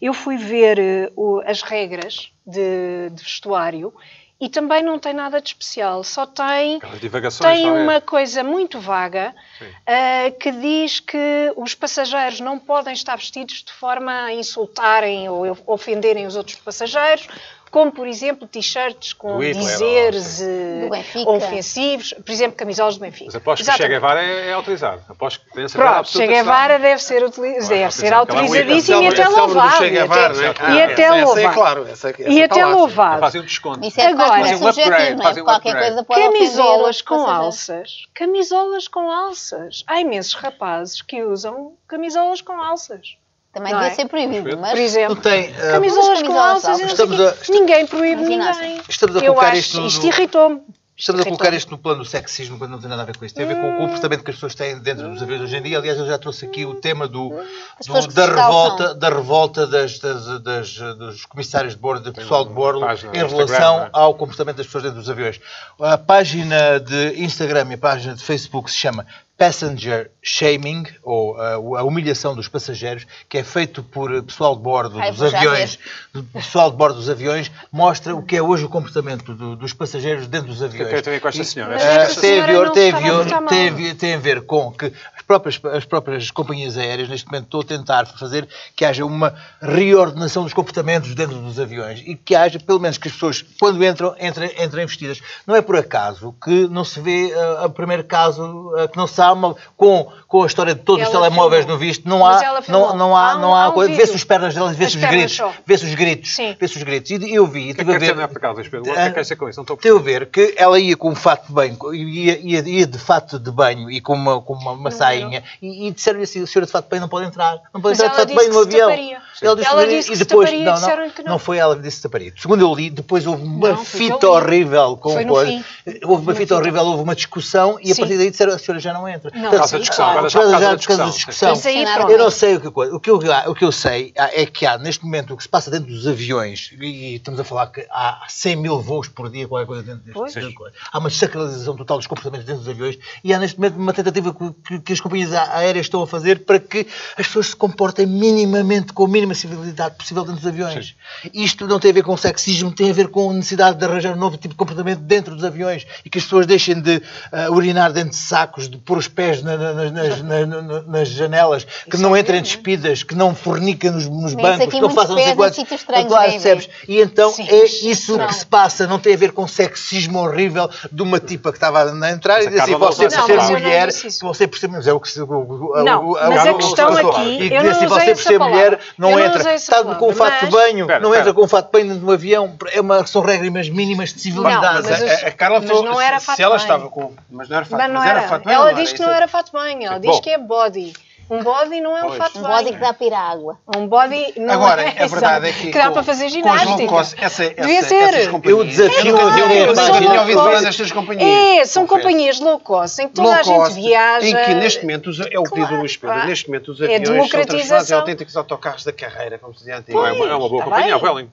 Speaker 3: eu fui ver eh, o- as regras de, de vestuário e também não tem nada de especial, só tem,
Speaker 1: Aquelas divagações.
Speaker 3: tem
Speaker 1: não é?
Speaker 3: uma coisa muito vaga
Speaker 1: Sim.
Speaker 3: ah, que diz que os passageiros não podem estar vestidos de forma a insultarem ou ofenderem os outros passageiros, como por exemplo t-shirts com
Speaker 1: Do Hitler,
Speaker 3: dizeres eh,
Speaker 5: Do Benfica.
Speaker 3: ofensivos, por exemplo camisolas do Benfica.
Speaker 1: Mas aposto que
Speaker 3: Exatamente.
Speaker 1: Che Guevara é, é autorizado. Aposto que tem a
Speaker 4: é
Speaker 1: certeza
Speaker 3: Pronto, Che
Speaker 1: absoluta
Speaker 3: Guevara deve ser, utili- deve ser
Speaker 1: atenção, que ela é um
Speaker 3: autorizadíssimo e
Speaker 1: ícone.
Speaker 3: até
Speaker 2: Essa obra do
Speaker 3: louvado.
Speaker 2: Che
Speaker 3: E
Speaker 2: Guevara, não
Speaker 3: até-
Speaker 1: Ah,
Speaker 2: é?
Speaker 3: e
Speaker 1: essa-
Speaker 3: até
Speaker 2: essa é
Speaker 3: louvado.
Speaker 2: claro, essa- essa tá
Speaker 3: E até
Speaker 2: lá, sim.
Speaker 1: É,
Speaker 3: louvado.
Speaker 1: Fazem um desconto.
Speaker 5: Isso é
Speaker 3: Agora,
Speaker 5: Agora,
Speaker 1: fazem um upgrade,
Speaker 5: subjetivo, não é?
Speaker 1: fazem um
Speaker 5: Qualquer
Speaker 1: upgrade.
Speaker 5: coisa pode ofender
Speaker 3: Camisolas
Speaker 5: os
Speaker 3: com
Speaker 5: passageiros.
Speaker 3: alças. Camisolas com alças. Há imensos rapazes que usam camisolas com alças.
Speaker 5: Também
Speaker 3: não
Speaker 5: devia
Speaker 3: é?
Speaker 5: ser proibido,
Speaker 1: Por
Speaker 5: mas...
Speaker 3: Por
Speaker 4: Tu
Speaker 3: exemplo,
Speaker 4: tem. ah,
Speaker 3: camisolas
Speaker 5: mas
Speaker 3: com alças.
Speaker 5: camisolas
Speaker 3: eu não sei
Speaker 4: Estamos
Speaker 3: quê.
Speaker 4: a- estamos-
Speaker 3: Ninguém proíbe
Speaker 5: Mas, Inácio,
Speaker 3: ninguém.
Speaker 4: estamos a
Speaker 3: Eu
Speaker 4: colocar
Speaker 3: acho-
Speaker 4: isto no-
Speaker 3: Isto irritou-me.
Speaker 4: Estamos a colocar
Speaker 3: Irritou-me.
Speaker 4: isto no plano do sexismo, quando não tem nada a ver com isto. Tem a ver com o comportamento que as pessoas têm dentro dos aviões hoje em dia. Aliás, eu já trouxe aqui o tema do,
Speaker 5: As
Speaker 4: do-
Speaker 5: pessoas que
Speaker 4: um- da,
Speaker 5: se calçam.
Speaker 4: revolta, da revolta das, das- das- dos comissários de bordo, do pessoal de bordo,
Speaker 1: página
Speaker 4: em
Speaker 1: no Instagram,
Speaker 4: relação
Speaker 1: não é?
Speaker 4: ao comportamento das pessoas dentro dos aviões. A página de Instagram e a página de Facebook se chama Passenger Shaming, ou ah, a humilhação dos passageiros, que é feito por pessoal de bordo
Speaker 5: Ai,
Speaker 4: dos
Speaker 5: vou já
Speaker 4: aviões, do pessoal de bordo dos aviões, mostra o que é hoje o comportamento do- dos passageiros dentro dos
Speaker 1: Que
Speaker 4: aviões.
Speaker 1: tem a ver com esta
Speaker 4: E-
Speaker 1: senhora.
Speaker 3: Mas é
Speaker 1: esta
Speaker 4: ah,
Speaker 3: esta
Speaker 1: senhora-
Speaker 4: tem, a
Speaker 3: senhora
Speaker 4: ver,
Speaker 3: não
Speaker 4: tem, a
Speaker 3: estava
Speaker 4: ver-
Speaker 3: muito à mão.
Speaker 4: tem a ver- tem a ver com que as próprias, as próprias companhias aéreas, neste momento, estão a tentar fazer que haja uma reordenação dos comportamentos dentro dos aviões e que haja, pelo menos, que as pessoas, quando entram, entrem, entrem vestidas. Não é por acaso que não se vê ah, o primeiro caso, ah, que não se há uma- com, com a história de todos os
Speaker 3: Ela
Speaker 4: telemóveis
Speaker 3: filmou.
Speaker 4: no visto, não
Speaker 3: Mas
Speaker 4: há,
Speaker 3: ela filmou.
Speaker 4: não, não há,
Speaker 3: Há um-
Speaker 4: não há,
Speaker 3: há um
Speaker 4: coisa.
Speaker 3: vídeo.
Speaker 4: Vê-se os pernas delas, vê-se
Speaker 3: As
Speaker 4: os
Speaker 3: pernas
Speaker 4: gritos,
Speaker 3: só.
Speaker 4: vê-se os gritos,
Speaker 3: Sim.
Speaker 4: vê-se os gritos. E eu vi, e
Speaker 1: Que
Speaker 4: tive a
Speaker 1: quer dizer, não é
Speaker 4: ver.
Speaker 1: por causa, Pedro. O que é que quer dizer com isso? Não estou a
Speaker 4: Teve a
Speaker 1: perceber.
Speaker 4: ver que ela ia com um fato de banho, co- ia, ia- ia de fato de banho e com uma, com uma, uma sainha, e, e disseram-lhe assim: a senhora de fato de banho não pode entrar, não pode
Speaker 3: Mas
Speaker 4: entrar de
Speaker 3: ela
Speaker 4: fato de banho no
Speaker 3: disse que se
Speaker 4: avião.
Speaker 3: taparia. Sim. Ela
Speaker 4: Ela disse
Speaker 3: disse
Speaker 4: que
Speaker 3: que
Speaker 4: e
Speaker 3: se
Speaker 4: depois,
Speaker 3: taparia e
Speaker 4: não, não,
Speaker 3: disseram-lhe que não.
Speaker 4: não foi ela que disse que se taparia. Segundo eu li, depois houve uma
Speaker 3: Não, foi que
Speaker 4: fita
Speaker 3: eu li.
Speaker 4: horrível com
Speaker 3: Foi
Speaker 4: o
Speaker 3: no
Speaker 4: coisa,
Speaker 3: fim.
Speaker 4: houve uma fita horrível, houve uma discussão, e a
Speaker 3: Sim.
Speaker 4: partir daí disseram: a senhora já não entra.
Speaker 3: Não,
Speaker 4: Portanto,
Speaker 3: sim,
Speaker 4: a-
Speaker 3: claro.
Speaker 4: a-
Speaker 1: Agora já por causa da
Speaker 4: por causa da
Speaker 1: discussão.
Speaker 4: discussão.
Speaker 3: Mas aí,
Speaker 5: Sem nada
Speaker 3: pronto.
Speaker 5: a
Speaker 4: Eu
Speaker 5: ver.
Speaker 4: não sei o que, o que, eu, o que eu sei ah, é que há neste momento o que se passa dentro dos aviões, e estamos a falar que há 100 mil voos por dia, qualquer coisa dentro deste
Speaker 3: Pois.
Speaker 4: dentro da coisa. Há uma sacralização total dos comportamentos dentro dos aviões e há neste momento uma tentativa que, que- que as companhias a- aéreas estão a fazer para que as pessoas se comportem minimamente, com a mínima civilidade possível dentro dos aviões. Isto não tem a ver com sexismo, tem a ver com a necessidade de arranjar um novo tipo de comportamento dentro dos aviões e que as pessoas deixem de ah, urinar dentro de sacos, de pôr os pés na- na- nas- nas- na- na- nas janelas, que
Speaker 3: Isso
Speaker 4: não
Speaker 3: é
Speaker 4: entrem
Speaker 3: mesmo, é não é?
Speaker 4: despidas, que não forniquem nos, nos
Speaker 5: Vê-se
Speaker 4: bancos,
Speaker 5: aqui
Speaker 4: que não
Speaker 5: muitos
Speaker 4: façam não sei
Speaker 5: pés em
Speaker 4: quantos-
Speaker 5: sítios estranhos,
Speaker 4: Claro,
Speaker 5: bem, bem.
Speaker 4: percebes? E então
Speaker 3: é, Sim,
Speaker 4: é
Speaker 3: mas
Speaker 4: isso
Speaker 3: não.
Speaker 4: que se passa, não tem a ver com sexismo horrível de uma tipa que estava a entrar
Speaker 1: Mas
Speaker 4: e disse assim:
Speaker 1: acaba logo
Speaker 4: você
Speaker 1: lá,
Speaker 4: por
Speaker 1: não,
Speaker 4: ser
Speaker 1: mas eu
Speaker 3: não
Speaker 4: mulher,
Speaker 3: disse isso.
Speaker 4: você por ser mulher, é o que se. o- o- o-
Speaker 3: Não,
Speaker 4: o-
Speaker 3: mas
Speaker 4: a
Speaker 3: a questão
Speaker 1: não,
Speaker 3: é
Speaker 1: não,
Speaker 3: aqui,
Speaker 4: E que
Speaker 3: eu não
Speaker 4: diz assim,
Speaker 3: usei
Speaker 4: você por
Speaker 3: essa
Speaker 4: ser
Speaker 3: palavra.
Speaker 4: mulher
Speaker 3: Eu
Speaker 4: não
Speaker 3: não
Speaker 4: entra.
Speaker 3: usei essa
Speaker 4: Está com um
Speaker 3: palavra,
Speaker 4: fato de
Speaker 3: mas-
Speaker 4: banho,
Speaker 1: Espera,
Speaker 4: não
Speaker 1: espera.
Speaker 4: entra com um fato de banho dentro de um avião. É uma, são regras mínimas de civilidade.
Speaker 3: Não, mas eu-
Speaker 1: a, a Carla
Speaker 3: mas
Speaker 1: falou,
Speaker 3: não era fato
Speaker 1: se ela
Speaker 3: bem.
Speaker 1: estava com...
Speaker 2: Mas não era fato.
Speaker 3: Mas não
Speaker 2: mas
Speaker 3: era.
Speaker 2: fato banho,
Speaker 3: ela
Speaker 2: não
Speaker 3: diz que
Speaker 2: isso?
Speaker 3: não era fato bem, ela diz
Speaker 1: Bom.
Speaker 3: que é body. Um body não é um
Speaker 1: Pois.
Speaker 3: fato
Speaker 5: Um body que
Speaker 3: bem.
Speaker 5: dá para ir à água.
Speaker 3: Um body não
Speaker 2: Agora,
Speaker 3: é,
Speaker 2: a verdade é que.
Speaker 3: que dá
Speaker 2: com-
Speaker 3: para fazer
Speaker 2: com as low
Speaker 3: ginástica.
Speaker 2: cost, essa- essa-
Speaker 3: Devia
Speaker 2: essas
Speaker 3: ser. É
Speaker 2: companhias-
Speaker 4: Eu desafio
Speaker 2: Eu nunca- eu
Speaker 3: a
Speaker 2: nunca-
Speaker 3: dizer
Speaker 2: eu
Speaker 3: low
Speaker 2: tinha ouvido falar
Speaker 3: cost.
Speaker 2: destas companhias.
Speaker 3: É, são
Speaker 2: Confesso.
Speaker 3: companhias low cost, em que toda
Speaker 2: Low
Speaker 3: a gente
Speaker 2: cost,
Speaker 3: viaja.
Speaker 2: Em que neste momento os- é o que diz o
Speaker 3: Claro,
Speaker 2: Luís Pedro.
Speaker 3: pá.
Speaker 2: Neste momento os
Speaker 3: É
Speaker 2: aviões são transformados em
Speaker 3: democratização.
Speaker 2: autênticos autocarros da carreira, como se dizia
Speaker 1: Não, é,
Speaker 2: antigamente.
Speaker 1: uma, é uma boa
Speaker 3: Tá
Speaker 1: companhia,
Speaker 3: bem.
Speaker 1: o Welling.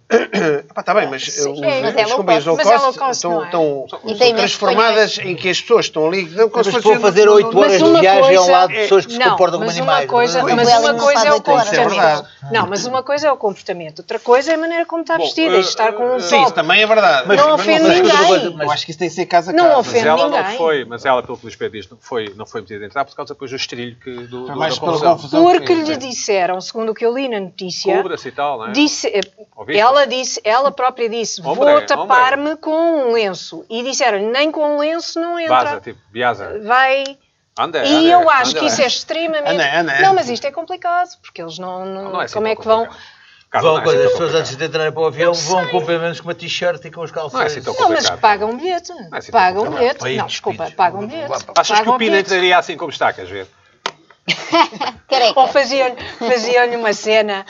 Speaker 2: Está bem, mas
Speaker 3: Sim,
Speaker 2: uh, os-
Speaker 3: é,
Speaker 5: mas é
Speaker 2: as
Speaker 5: low
Speaker 2: companhias
Speaker 5: cost,
Speaker 2: low
Speaker 3: mas é
Speaker 2: cost,
Speaker 3: low cost,
Speaker 2: estão,
Speaker 3: não é?
Speaker 2: estão-
Speaker 5: E
Speaker 2: são
Speaker 5: tem imensos
Speaker 2: transformadas em que as pessoas estão ali. Não, como
Speaker 4: Mas
Speaker 2: se
Speaker 4: estou a
Speaker 2: fosse-
Speaker 4: fazer
Speaker 2: não-
Speaker 4: 8
Speaker 2: não-
Speaker 4: horas
Speaker 3: Mas
Speaker 4: de
Speaker 3: uma
Speaker 4: viagem ao
Speaker 3: coisa-
Speaker 4: lado de pessoas que se
Speaker 3: Não,
Speaker 4: comportam como
Speaker 3: mas
Speaker 4: animais.
Speaker 3: Uma coisa,
Speaker 5: Pois.
Speaker 3: mas
Speaker 5: Ela
Speaker 3: uma
Speaker 5: não
Speaker 3: coisa
Speaker 5: sabe
Speaker 3: é o
Speaker 5: atuar,
Speaker 2: isso é
Speaker 3: comportamento.
Speaker 2: verdade.
Speaker 3: Não, mas uma coisa é o comportamento, outra coisa é a maneira como está
Speaker 1: Bom,
Speaker 3: vestida,
Speaker 1: eh,
Speaker 3: estar com um
Speaker 1: eh,
Speaker 2: Sim, isso
Speaker 3: top.
Speaker 2: também é verdade.
Speaker 3: Não ofende
Speaker 2: mas-
Speaker 3: ninguém.
Speaker 2: mas Eu acho que isso tem que ser casa a
Speaker 3: Não
Speaker 2: casa.
Speaker 1: Mas
Speaker 3: ofende.
Speaker 1: ela não
Speaker 3: ninguém.
Speaker 1: foi, mas ela, pelo que o Luís Pedro diz, não foi, não foi metida a entrar por causa depois do estrilho que, do, do,
Speaker 2: Foi
Speaker 1: da
Speaker 2: mais pela
Speaker 1: confusão.
Speaker 2: confusão
Speaker 3: Porque
Speaker 2: que-
Speaker 3: Um lhe disseram, segundo o que eu li na notícia,
Speaker 1: Cubra-se e tal, não é?
Speaker 3: disse, eh,
Speaker 1: Ouviste?
Speaker 3: ela disse, ela própria disse,
Speaker 1: Hombre,
Speaker 3: vou
Speaker 1: hombre.
Speaker 3: tapar-me com um lenço. E disseram, nem com um lenço não
Speaker 1: Baza,
Speaker 3: entra.
Speaker 1: tipo, Biaza.
Speaker 3: Vai.
Speaker 1: Anda,
Speaker 3: E
Speaker 1: anda,
Speaker 3: eu acho
Speaker 1: anda.
Speaker 3: que isso é extremamente.
Speaker 2: Ana, Ana.
Speaker 3: Não, mas isto é complicado, porque eles não. não-
Speaker 1: Não assim
Speaker 3: como é
Speaker 1: tão
Speaker 3: que vão.
Speaker 1: complicado. Carla, não
Speaker 4: Vão,
Speaker 1: é assim tão
Speaker 4: as pessoas
Speaker 1: complicado.
Speaker 4: antes de entrarem para o avião vão com pelo menos com uma t-shirt e com os calções.
Speaker 1: Não é assim tão
Speaker 3: Não, mas
Speaker 1: complicado.
Speaker 3: que pagam um bilhete.
Speaker 1: assim tão
Speaker 3: Pagam um
Speaker 1: complicado.
Speaker 3: bilhete.
Speaker 4: País,
Speaker 3: Não, desculpa,
Speaker 4: país.
Speaker 3: pagam um bilhete.
Speaker 1: Achas que
Speaker 3: Pagam
Speaker 1: o
Speaker 3: um
Speaker 1: Pina
Speaker 3: bilhete.
Speaker 1: entraria assim como está, queres ver?
Speaker 5: Careca.
Speaker 3: Ou faziam-lhe faziam-lhe uma cena.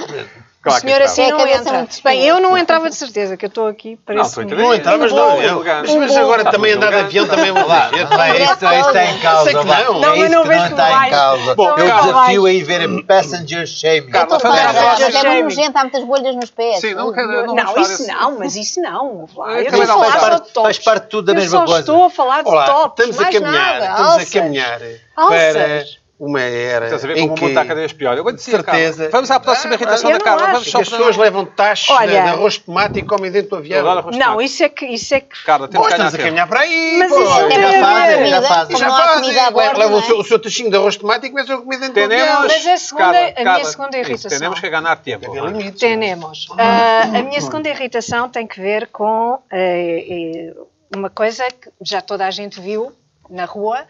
Speaker 1: Claro que
Speaker 3: o senhor
Speaker 1: entrava.
Speaker 3: assim
Speaker 5: É a
Speaker 3: não
Speaker 5: cabeça
Speaker 3: entra.
Speaker 5: muito
Speaker 3: Bem,
Speaker 5: pequena.
Speaker 3: eu não entrava de certeza, que eu estou aqui.
Speaker 1: Não, tu
Speaker 3: Parece-me.
Speaker 1: entras.
Speaker 2: Não entravas
Speaker 1: Um
Speaker 2: no
Speaker 1: bolo,
Speaker 2: avião.
Speaker 1: elegante.
Speaker 2: Mas
Speaker 1: Um
Speaker 2: agora
Speaker 1: bolo.
Speaker 2: também andar de avião também é um
Speaker 4: Lá,
Speaker 2: exagero.
Speaker 4: lá, isso, isso está em causa.
Speaker 2: Sei que não.
Speaker 4: vá. É
Speaker 3: Não, eu
Speaker 4: isso
Speaker 3: não
Speaker 4: que
Speaker 3: vejo
Speaker 4: não
Speaker 3: que
Speaker 4: está
Speaker 3: vai.
Speaker 4: em causa.
Speaker 3: Bom,
Speaker 4: Eu
Speaker 3: Carla.
Speaker 4: desafio é a ir ver passenger shaming.
Speaker 1: Carla,
Speaker 5: Estou
Speaker 1: faz-
Speaker 5: farta,
Speaker 3: Fazer
Speaker 5: mas é
Speaker 3: shaming.
Speaker 5: muito nojento, há muitas bolhas nos pés. é?
Speaker 1: Sim, não quero.
Speaker 3: Não,
Speaker 1: Não, vamos
Speaker 3: isso
Speaker 1: falar desse-
Speaker 3: não, mas isso não. Eu
Speaker 1: Também
Speaker 3: estou a
Speaker 1: não, faz
Speaker 3: falar só de
Speaker 4: parte-
Speaker 3: tops.
Speaker 4: faz parte tudo da
Speaker 3: Eu
Speaker 4: mesma
Speaker 3: só
Speaker 4: coisa.
Speaker 3: Estou a falar de
Speaker 2: Olá,
Speaker 3: tops,
Speaker 2: estamos a
Speaker 3: mais
Speaker 2: caminhar,
Speaker 3: nada.
Speaker 2: estamos
Speaker 3: Alças.
Speaker 2: a caminhar
Speaker 3: Alças.
Speaker 2: para uma era
Speaker 1: Estás a ver
Speaker 2: em
Speaker 1: como
Speaker 2: que
Speaker 1: montar cada vez pior. Eu vou dizer,
Speaker 2: Certeza.
Speaker 1: Carla, Vamos à próxima irritação
Speaker 3: eu
Speaker 1: da
Speaker 3: não
Speaker 1: Carla.
Speaker 3: acho.
Speaker 1: Vamos
Speaker 2: que
Speaker 1: só
Speaker 2: as pessoas
Speaker 1: para...
Speaker 2: levam tachos de,
Speaker 3: Olha.
Speaker 2: de arroz de tomate e comem dentro do avião.
Speaker 1: Adoro arroz de
Speaker 3: Não,
Speaker 1: tomate.
Speaker 3: isso é que. Isso é que
Speaker 1: Carla, temos
Speaker 2: Pô,
Speaker 1: que
Speaker 2: estamos a
Speaker 1: andar
Speaker 2: caminhar para aí.
Speaker 3: Mas
Speaker 2: pô.
Speaker 3: isso não
Speaker 5: É
Speaker 3: tem
Speaker 5: já
Speaker 3: a
Speaker 5: fazem,
Speaker 3: ver.
Speaker 5: já fazem.
Speaker 2: Já
Speaker 5: Não há comida a
Speaker 2: fazem.
Speaker 5: bordo,
Speaker 2: Levam
Speaker 5: não
Speaker 2: o
Speaker 5: é?
Speaker 2: seu, o seu tachinho de arroz de tomate e começam a comer dentro do avião.
Speaker 1: Tenemos,
Speaker 3: Mas a segunda-
Speaker 1: Carla,
Speaker 3: a minha
Speaker 1: Carla,
Speaker 3: segunda
Speaker 1: isso,
Speaker 3: irritação.
Speaker 1: Tenemos que ganhar tempo.
Speaker 2: Havia limites.
Speaker 3: Tenemos. Ah, a minha segunda irritação tem que ver com eh, eh, uma coisa que já toda a gente viu na rua,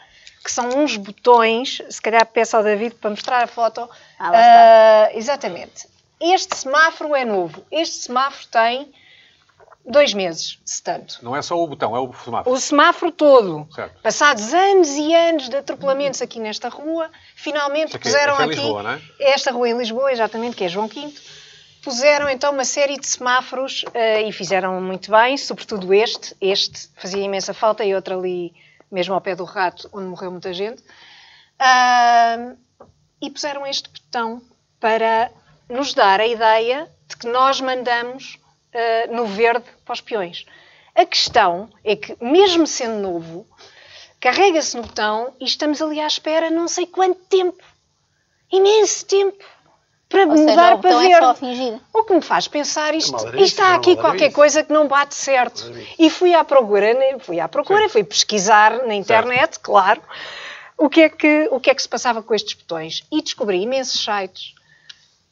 Speaker 3: que são uns botões, se calhar peço ao David para mostrar a foto.
Speaker 5: Ah, lá está.
Speaker 3: Ah, exatamente. Este semáforo é novo. Este semáforo tem dois meses, se tanto.
Speaker 1: Não é só o botão, é o formato.
Speaker 3: O semáforo todo.
Speaker 1: Certo.
Speaker 3: Passados anos e anos de atropelamentos aqui nesta rua, finalmente
Speaker 1: Isto aqui-
Speaker 3: puseram
Speaker 1: isto é em
Speaker 3: aqui.
Speaker 1: Lisboa, não é?
Speaker 3: Esta rua em Lisboa, exatamente, que é João V. Puseram então uma série de semáforos eh, e fizeram muito bem, sobretudo este. Este fazia imensa falta e outro ali, mesmo ao pé do rato, onde morreu muita gente. Ah, e puseram este botão para nos dar a ideia de que nós mandamos eh, no verde para os peões. A questão é que, mesmo sendo novo, carrega-se no botão e estamos ali à espera não sei quanto tempo imenso tempo para
Speaker 5: Ou
Speaker 3: mudar
Speaker 5: seja, o
Speaker 3: para
Speaker 5: botão
Speaker 3: ver.
Speaker 5: é só fingir.
Speaker 3: O que me faz pensar isto,
Speaker 2: É uma
Speaker 3: isto
Speaker 2: ladrice, é
Speaker 3: está
Speaker 2: uma
Speaker 3: aqui qualquer
Speaker 2: ladrice.
Speaker 3: coisa que não bate certo. E fui à procura, né, fui à procura, fui pesquisar na internet, claro, o que, é que, o que é que se passava com estes botões e descobri imensos sites.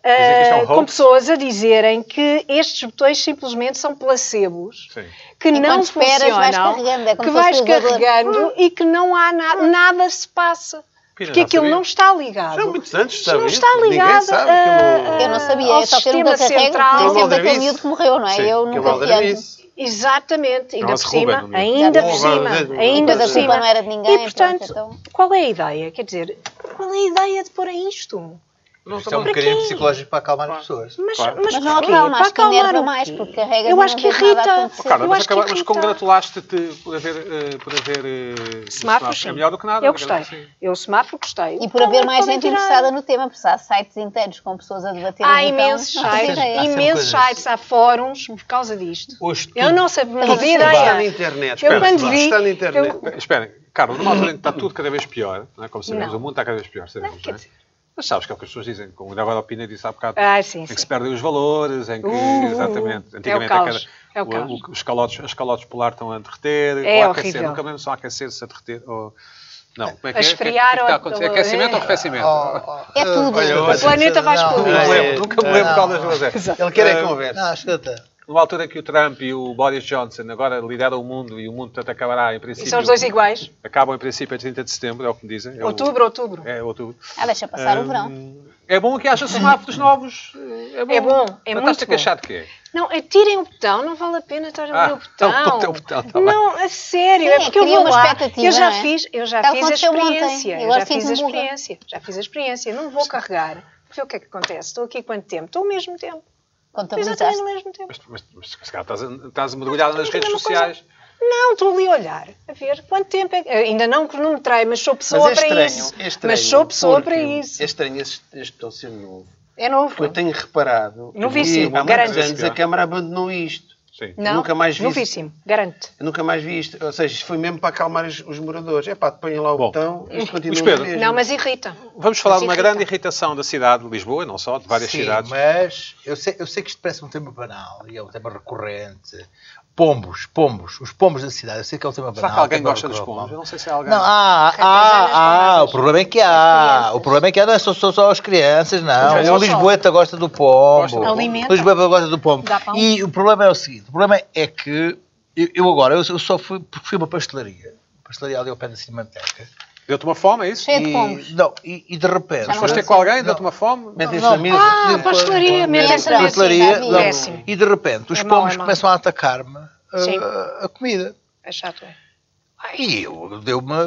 Speaker 1: é que isto é um
Speaker 3: ah,
Speaker 1: hoax?
Speaker 3: com pessoas a dizerem que estes botões simplesmente são placebos
Speaker 1: é Sim.
Speaker 3: que
Speaker 5: Enquanto
Speaker 3: não
Speaker 5: esperas, vais
Speaker 3: funcionam,
Speaker 5: carregando, é como
Speaker 3: que
Speaker 5: se Hum.
Speaker 3: vais
Speaker 5: fosse o elevador.
Speaker 3: carregando e que não há na- nada se passa,
Speaker 1: Pina,
Speaker 3: porque
Speaker 1: já
Speaker 3: aquilo
Speaker 1: sabia.
Speaker 3: não está ligado.
Speaker 2: São muitos anos,
Speaker 3: Isto não
Speaker 2: sabe?
Speaker 3: está
Speaker 2: isso? Ninguém
Speaker 3: ligado
Speaker 2: sabe.
Speaker 3: a-
Speaker 2: aquilo-
Speaker 5: Eu não sabia,
Speaker 3: ao
Speaker 5: eu só sei
Speaker 3: sistema
Speaker 5: nunca carrego,
Speaker 3: central.
Speaker 5: porque
Speaker 2: Que é o
Speaker 5: sempre aquele
Speaker 2: Valdervice.
Speaker 5: miúdo que morreu, não é?
Speaker 1: Sim,
Speaker 5: eu
Speaker 2: que é o
Speaker 5: nunca
Speaker 2: Valdervice.
Speaker 5: fiando.
Speaker 3: Exatamente, ainda por
Speaker 1: Chama-se Ruben,
Speaker 3: cima,
Speaker 1: o miúdo.
Speaker 3: ainda por
Speaker 1: é
Speaker 2: Ruben,
Speaker 3: cima,
Speaker 2: Ruben,
Speaker 3: ainda
Speaker 2: Ruben.
Speaker 3: por
Speaker 2: Mas a
Speaker 3: cima.
Speaker 5: culpa não era de ninguém,
Speaker 3: E portanto,
Speaker 5: pronto, então.
Speaker 3: qual é a ideia? Quer dizer, qual é a ideia de pôr a isto?
Speaker 1: Não,
Speaker 4: Isto é um
Speaker 1: também-
Speaker 3: Para
Speaker 4: bocadinho
Speaker 3: quê?
Speaker 4: psicológico para acalmar as pessoas.
Speaker 3: Mas,
Speaker 1: Claro.
Speaker 5: Mas não
Speaker 3: porquê?
Speaker 5: acalma,
Speaker 3: Para
Speaker 5: acho que
Speaker 3: acalmar
Speaker 5: enerva
Speaker 3: o quê?
Speaker 5: mais, porque carregas
Speaker 3: Eu
Speaker 5: e
Speaker 3: acho
Speaker 5: não
Speaker 3: que
Speaker 5: vês nada
Speaker 3: irrita.
Speaker 5: acontecer.
Speaker 1: Carla,
Speaker 3: Eu
Speaker 1: mas,
Speaker 3: acho que é
Speaker 1: acaba- mas é
Speaker 3: irrita.
Speaker 1: congratulaste-te por haver, eh, por haver eh,
Speaker 3: Semáforos,
Speaker 1: É
Speaker 3: sim.
Speaker 1: melhor do que nada.
Speaker 3: Eu
Speaker 1: digamos assim.
Speaker 3: gostei. Eu semáforo gostei.
Speaker 5: E por haver mais
Speaker 3: Podem
Speaker 5: gente
Speaker 3: tirar.
Speaker 5: interessada então no tema, porque há sites inteiros com pessoas a debater.
Speaker 3: Há
Speaker 5: o botão.
Speaker 3: imensos
Speaker 5: Não fazia
Speaker 3: sites,
Speaker 5: ideia.
Speaker 4: Há sempre
Speaker 3: imensos
Speaker 4: coisas.
Speaker 3: sites, há fóruns por causa disto.
Speaker 4: Hoje
Speaker 3: Eu
Speaker 4: tudo-
Speaker 3: não sabia, não fazia
Speaker 2: Está na
Speaker 3: ideia.
Speaker 2: internet.
Speaker 3: Eu
Speaker 2: espera,
Speaker 3: quando vi,
Speaker 2: Está na internet.
Speaker 3: eu-
Speaker 1: Bem, Eh, Esperem, Carla, numa altura em que está tudo cada vez pior, não é? como sabemos,
Speaker 3: Não.
Speaker 1: o mundo está cada vez pior, sabemos,
Speaker 3: Não,
Speaker 1: não,
Speaker 3: quer
Speaker 1: é?
Speaker 3: dizer-
Speaker 1: Mas sabes que é o que as pessoas dizem, como o David Opina disse há bocado,
Speaker 3: Ah, sim,
Speaker 1: em que
Speaker 3: sim.
Speaker 1: se perdem os valores, em que,
Speaker 3: Uh,
Speaker 1: exatamente,
Speaker 3: é o
Speaker 1: antigamente
Speaker 3: caos,
Speaker 1: a cada-
Speaker 3: é o caos.
Speaker 1: os calotes, as calotes polar estão a derreter, ou
Speaker 3: É
Speaker 1: a aquecer,
Speaker 3: horrível.
Speaker 1: nunca mesmo são a aquecer-se a derreter, ou... Não, como é que
Speaker 3: A
Speaker 1: é? o
Speaker 3: esfriar
Speaker 1: que é que está
Speaker 3: ou
Speaker 1: a
Speaker 3: a
Speaker 1: acontecer?
Speaker 3: calor?
Speaker 1: Aquecimento ou
Speaker 3: É.
Speaker 1: arrefecimento?
Speaker 5: É tudo.
Speaker 4: Oh, Olha,
Speaker 5: O
Speaker 4: hoje-
Speaker 3: planeta vai
Speaker 4: Não,
Speaker 1: Nunca me
Speaker 3: explodir.
Speaker 4: não é.
Speaker 1: lembro, nunca me lembro
Speaker 4: Não.
Speaker 1: qual das duas é.
Speaker 2: Ele quer é
Speaker 1: Ah,
Speaker 2: conversa.
Speaker 4: Não, escuta.
Speaker 1: numa altura em que o Trump e o Boris Johnson agora lideram o mundo e o mundo portanto, acabará em princípio.
Speaker 3: E são os dois iguais.
Speaker 1: Acabam em princípio a 30 de setembro, é o que me dizem. É o-
Speaker 3: Outubro, outubro.
Speaker 1: É, outubro.
Speaker 5: Ah, deixa passar o
Speaker 1: Hum,
Speaker 5: verão.
Speaker 1: É bom que haja semáforos novos. É bom.
Speaker 3: É bom, é
Speaker 1: Mas
Speaker 3: muito
Speaker 1: estás a
Speaker 3: bom.
Speaker 1: queixar de quê?
Speaker 3: Não, atirem o botão, não vale a pena estar a ler
Speaker 1: Ah,
Speaker 3: o botão.
Speaker 1: então, então, então, tá bem.
Speaker 3: não, a sério,
Speaker 5: Sim,
Speaker 3: é porque eu
Speaker 5: cria
Speaker 3: vou
Speaker 5: uma
Speaker 3: lá.
Speaker 5: expectativa,
Speaker 3: Eu já
Speaker 5: não é?
Speaker 3: fiz, eu já
Speaker 5: Tal
Speaker 3: fiz a
Speaker 5: aconteceu ontem.
Speaker 3: experiência.
Speaker 5: Eu
Speaker 3: Eu
Speaker 5: agora
Speaker 3: já fiz a
Speaker 5: sinto-me burra.
Speaker 3: experiência. Já fiz a experiência. Não vou carregar. Vê o que é que acontece. Estou aqui quanto tempo? Estou ao mesmo tempo. Exatamente
Speaker 5: Contabilizaste.
Speaker 3: ao mesmo tempo.
Speaker 1: Mas, mas, mas se calhar estás, a- estás mergulhada nas
Speaker 3: Mas é a
Speaker 1: redes
Speaker 3: mesma coisa.
Speaker 1: sociais.
Speaker 3: Não, estou ali a olhar, a ver quanto tempo é que. eu Ainda não cronometrei, mas sou pessoa
Speaker 2: é
Speaker 3: para
Speaker 2: estranho,
Speaker 3: isso.
Speaker 2: é estranho,
Speaker 3: mas sou pessoa
Speaker 2: porque
Speaker 3: para isso.
Speaker 2: É estranho este, este dossiê novo.
Speaker 3: É novo.
Speaker 2: Eu tenho reparado
Speaker 3: Novíssimo,
Speaker 2: que há muitos
Speaker 3: garanto.
Speaker 2: anos a Câmara abandonou isto.
Speaker 1: Sim.
Speaker 3: Não,
Speaker 2: nunca mais vi isso.
Speaker 3: Novíssimo, garanto.
Speaker 2: Eu nunca mais vi isto. Ou seja, isto foi mesmo para acalmar os, os moradores. É pá, põem lá o
Speaker 1: Bom,
Speaker 2: botão e isto continua
Speaker 1: mas Pedro,
Speaker 2: na mesma.
Speaker 3: Não, mas irrita.
Speaker 1: Vamos falar
Speaker 3: Mas
Speaker 1: de uma
Speaker 3: irrita.
Speaker 1: grande irritação da cidade de Lisboa, não só, de várias
Speaker 4: Sim,
Speaker 1: cidades.
Speaker 4: mas eu sei, eu sei que isto parece um tema banal e é um tema recorrente. Pombos, pombos, os pombos da cidade, eu sei que é um tema banal.
Speaker 1: Será que alguém
Speaker 4: um tema
Speaker 1: gosta dos
Speaker 4: recorrente.
Speaker 1: pombos? Eu não sei se há alguém.
Speaker 4: Não, há,
Speaker 3: Quem tem velhas
Speaker 4: há, há,
Speaker 3: pombas.
Speaker 4: o problema é que
Speaker 3: As
Speaker 4: há.
Speaker 3: crianças.
Speaker 4: O problema é que há, não é só, só, só as crianças, não.
Speaker 3: Mas
Speaker 4: O
Speaker 3: não só.
Speaker 4: Lisboeta gosta do pombo.
Speaker 1: Gosta do
Speaker 3: Alimenta.
Speaker 4: O Lisboeta gosta do pombo.
Speaker 3: Dá pão.
Speaker 4: E o problema é o seguinte: o problema é que eu, eu agora, eu, eu só fui, porque fui a uma pastelaria. Pastelaria ali ao pé da Cinemateca.
Speaker 1: Deu-te uma fome, é isso?
Speaker 5: Cheio de pombos.
Speaker 4: E, não, e, e de repente.
Speaker 5: Já não
Speaker 1: Foste ter com alguém, deu-te uma fome?
Speaker 2: Metem-se
Speaker 4: Não,
Speaker 2: na mesa.
Speaker 3: Ah,
Speaker 4: Sim,
Speaker 3: pastelaria, metem-se na mesa.
Speaker 5: Entra.
Speaker 4: pastelaria.
Speaker 5: sim,
Speaker 4: não.
Speaker 3: Péssimo.
Speaker 4: E de repente, os
Speaker 3: É mau,
Speaker 4: pombos
Speaker 3: é mau.
Speaker 4: começam a atacar-me ah,
Speaker 3: Sim.
Speaker 4: a, comida.
Speaker 3: É chato, é.
Speaker 4: E eu deu uma.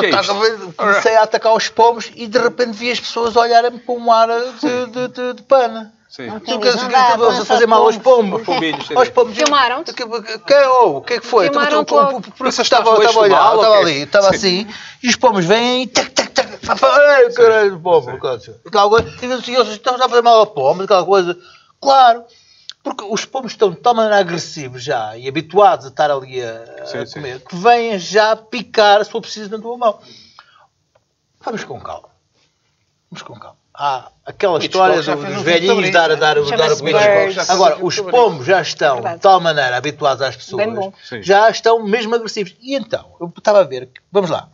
Speaker 1: que é isto?
Speaker 4: comecei a atacar os pombos e de repente vi as pessoas olharem-me com um ar de, de, de, de pana.
Speaker 1: Sim.
Speaker 5: Não.
Speaker 4: Tu
Speaker 5: Quem
Speaker 4: queres
Speaker 5: diz,
Speaker 4: que
Speaker 5: não dá,
Speaker 4: estava a
Speaker 5: apanha
Speaker 4: fazer
Speaker 5: aos
Speaker 4: mal aos pombos?
Speaker 1: Aos pombinhos, sim.
Speaker 4: Aos pombos.
Speaker 3: Filmaram-te?
Speaker 4: Que- que- oh, O que é que foi?
Speaker 3: Filmaram-te
Speaker 4: Tu- tu- tu-
Speaker 3: logo.
Speaker 4: tu- tu-
Speaker 1: Pensaste que
Speaker 4: Estava
Speaker 1: estavas
Speaker 4: estava a
Speaker 1: dois
Speaker 4: olhar,
Speaker 1: mal,
Speaker 4: estava
Speaker 1: ou quê?
Speaker 4: ali, estava assim, e os pombos vêm e tac, tac, tac, pá, pá, ai, caralho, pombo. coisa. E tal coisa. E eu disse, "Eles estão a fazer mal ao pombo, e tal coisa. Claro. Porque os pombos estão de tal maneira agressivos já e habituados a estar ali a, a
Speaker 1: Sim, sim.
Speaker 4: comer que vêm já picar se for preciso na tua mão. Vamos com calma. Vamos com calma. Há aquela história
Speaker 2: já
Speaker 4: do-
Speaker 2: fez
Speaker 4: dos
Speaker 2: um filme sobre
Speaker 4: velhinhos dar,
Speaker 1: né?
Speaker 2: isso.
Speaker 4: dar, dar
Speaker 3: Chama-se
Speaker 4: o comida aos
Speaker 3: Birds.
Speaker 4: pobres.
Speaker 2: Já fez um
Speaker 4: Agora,
Speaker 2: filme
Speaker 4: os
Speaker 2: sobre
Speaker 4: pombos já estão
Speaker 3: Verdade.
Speaker 4: de tal maneira habituados às
Speaker 3: Bem
Speaker 4: pessoas,
Speaker 3: bom.
Speaker 1: Sim.
Speaker 4: já estão mesmo agressivos. E então, eu estava a ver, que- vamos lá,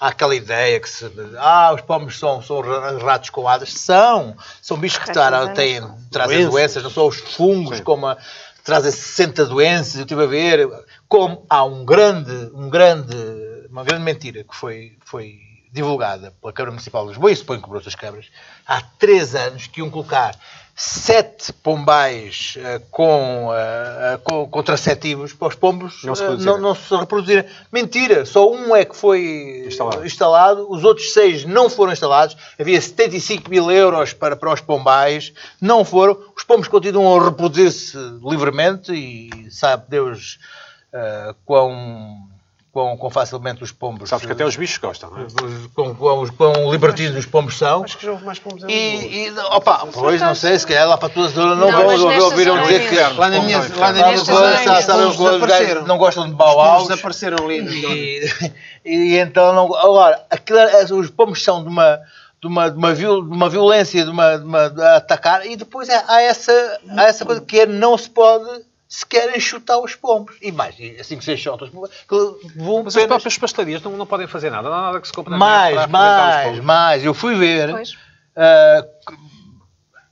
Speaker 4: há aquela ideia que se. Ah, os pombos são, são ra- ratos com asas. São. São bichos que
Speaker 3: Ratos
Speaker 4: tra-
Speaker 3: com
Speaker 4: têm, trazem doenças.
Speaker 2: Doenças.
Speaker 4: não só os fungos, como a, trazem 60 doenças. Eu estive a ver. Como há um grande, um grande, uma grande mentira que foi, foi divulgada pela Câmara Municipal de Lisboa, e suponho que por outras câmaras, há três anos que iam colocar sete pombais eh, com, eh, eh, com contraceptivos para os pombos
Speaker 1: Não se
Speaker 4: eh,
Speaker 1: produzirem.
Speaker 4: não se reproduzirem. Mentira, só um é que foi
Speaker 1: Instalado.
Speaker 4: instalado. os outros seis não foram instalados. Havia 75 mil euros para, para os pombais, não foram. Os pombos continuam a reproduzir-se livremente e sabe Deus ah, quão, quão, quão facilmente os pombos.
Speaker 1: Sabes que até os bichos gostam, não é?
Speaker 4: os- quão, quão, quão libertinos os pombos são.
Speaker 2: Acho que já houve mais pombos ali.
Speaker 4: E, e opa, pois não sei, se calhar lá para a tua zona não,
Speaker 3: Não,
Speaker 4: vão
Speaker 3: mas
Speaker 4: ouvi-
Speaker 3: nesta
Speaker 4: ouviram
Speaker 3: zona
Speaker 4: dizer que
Speaker 3: mesmo.
Speaker 2: Lá na minha-
Speaker 4: Pombos,
Speaker 2: lá na
Speaker 4: sabe,
Speaker 2: minha
Speaker 4: sabe,
Speaker 3: zona
Speaker 4: sabe,
Speaker 2: mesmo.
Speaker 4: os gajos
Speaker 2: Desapareceram.
Speaker 4: não gostam de
Speaker 2: Os pombos
Speaker 4: bauaus
Speaker 2: desapareceram ali.
Speaker 4: e, e então não, agora aquilo era- os pombos são de uma de uma, de uma, viol- de uma violência de uma, de uma- de atacar e depois é, há, há essa há essa coisa que é não se pode sequer chutar os pombos e mais e assim que se chutam os pombos aquilo voam
Speaker 1: Mas as
Speaker 4: apenas
Speaker 1: próprias pastarias não, não podem fazer nada. Não há nada que se compre na
Speaker 4: mais
Speaker 1: net para alimentar os
Speaker 4: mais
Speaker 1: pobres.
Speaker 4: mais eu fui ver
Speaker 3: Pois.
Speaker 4: ah,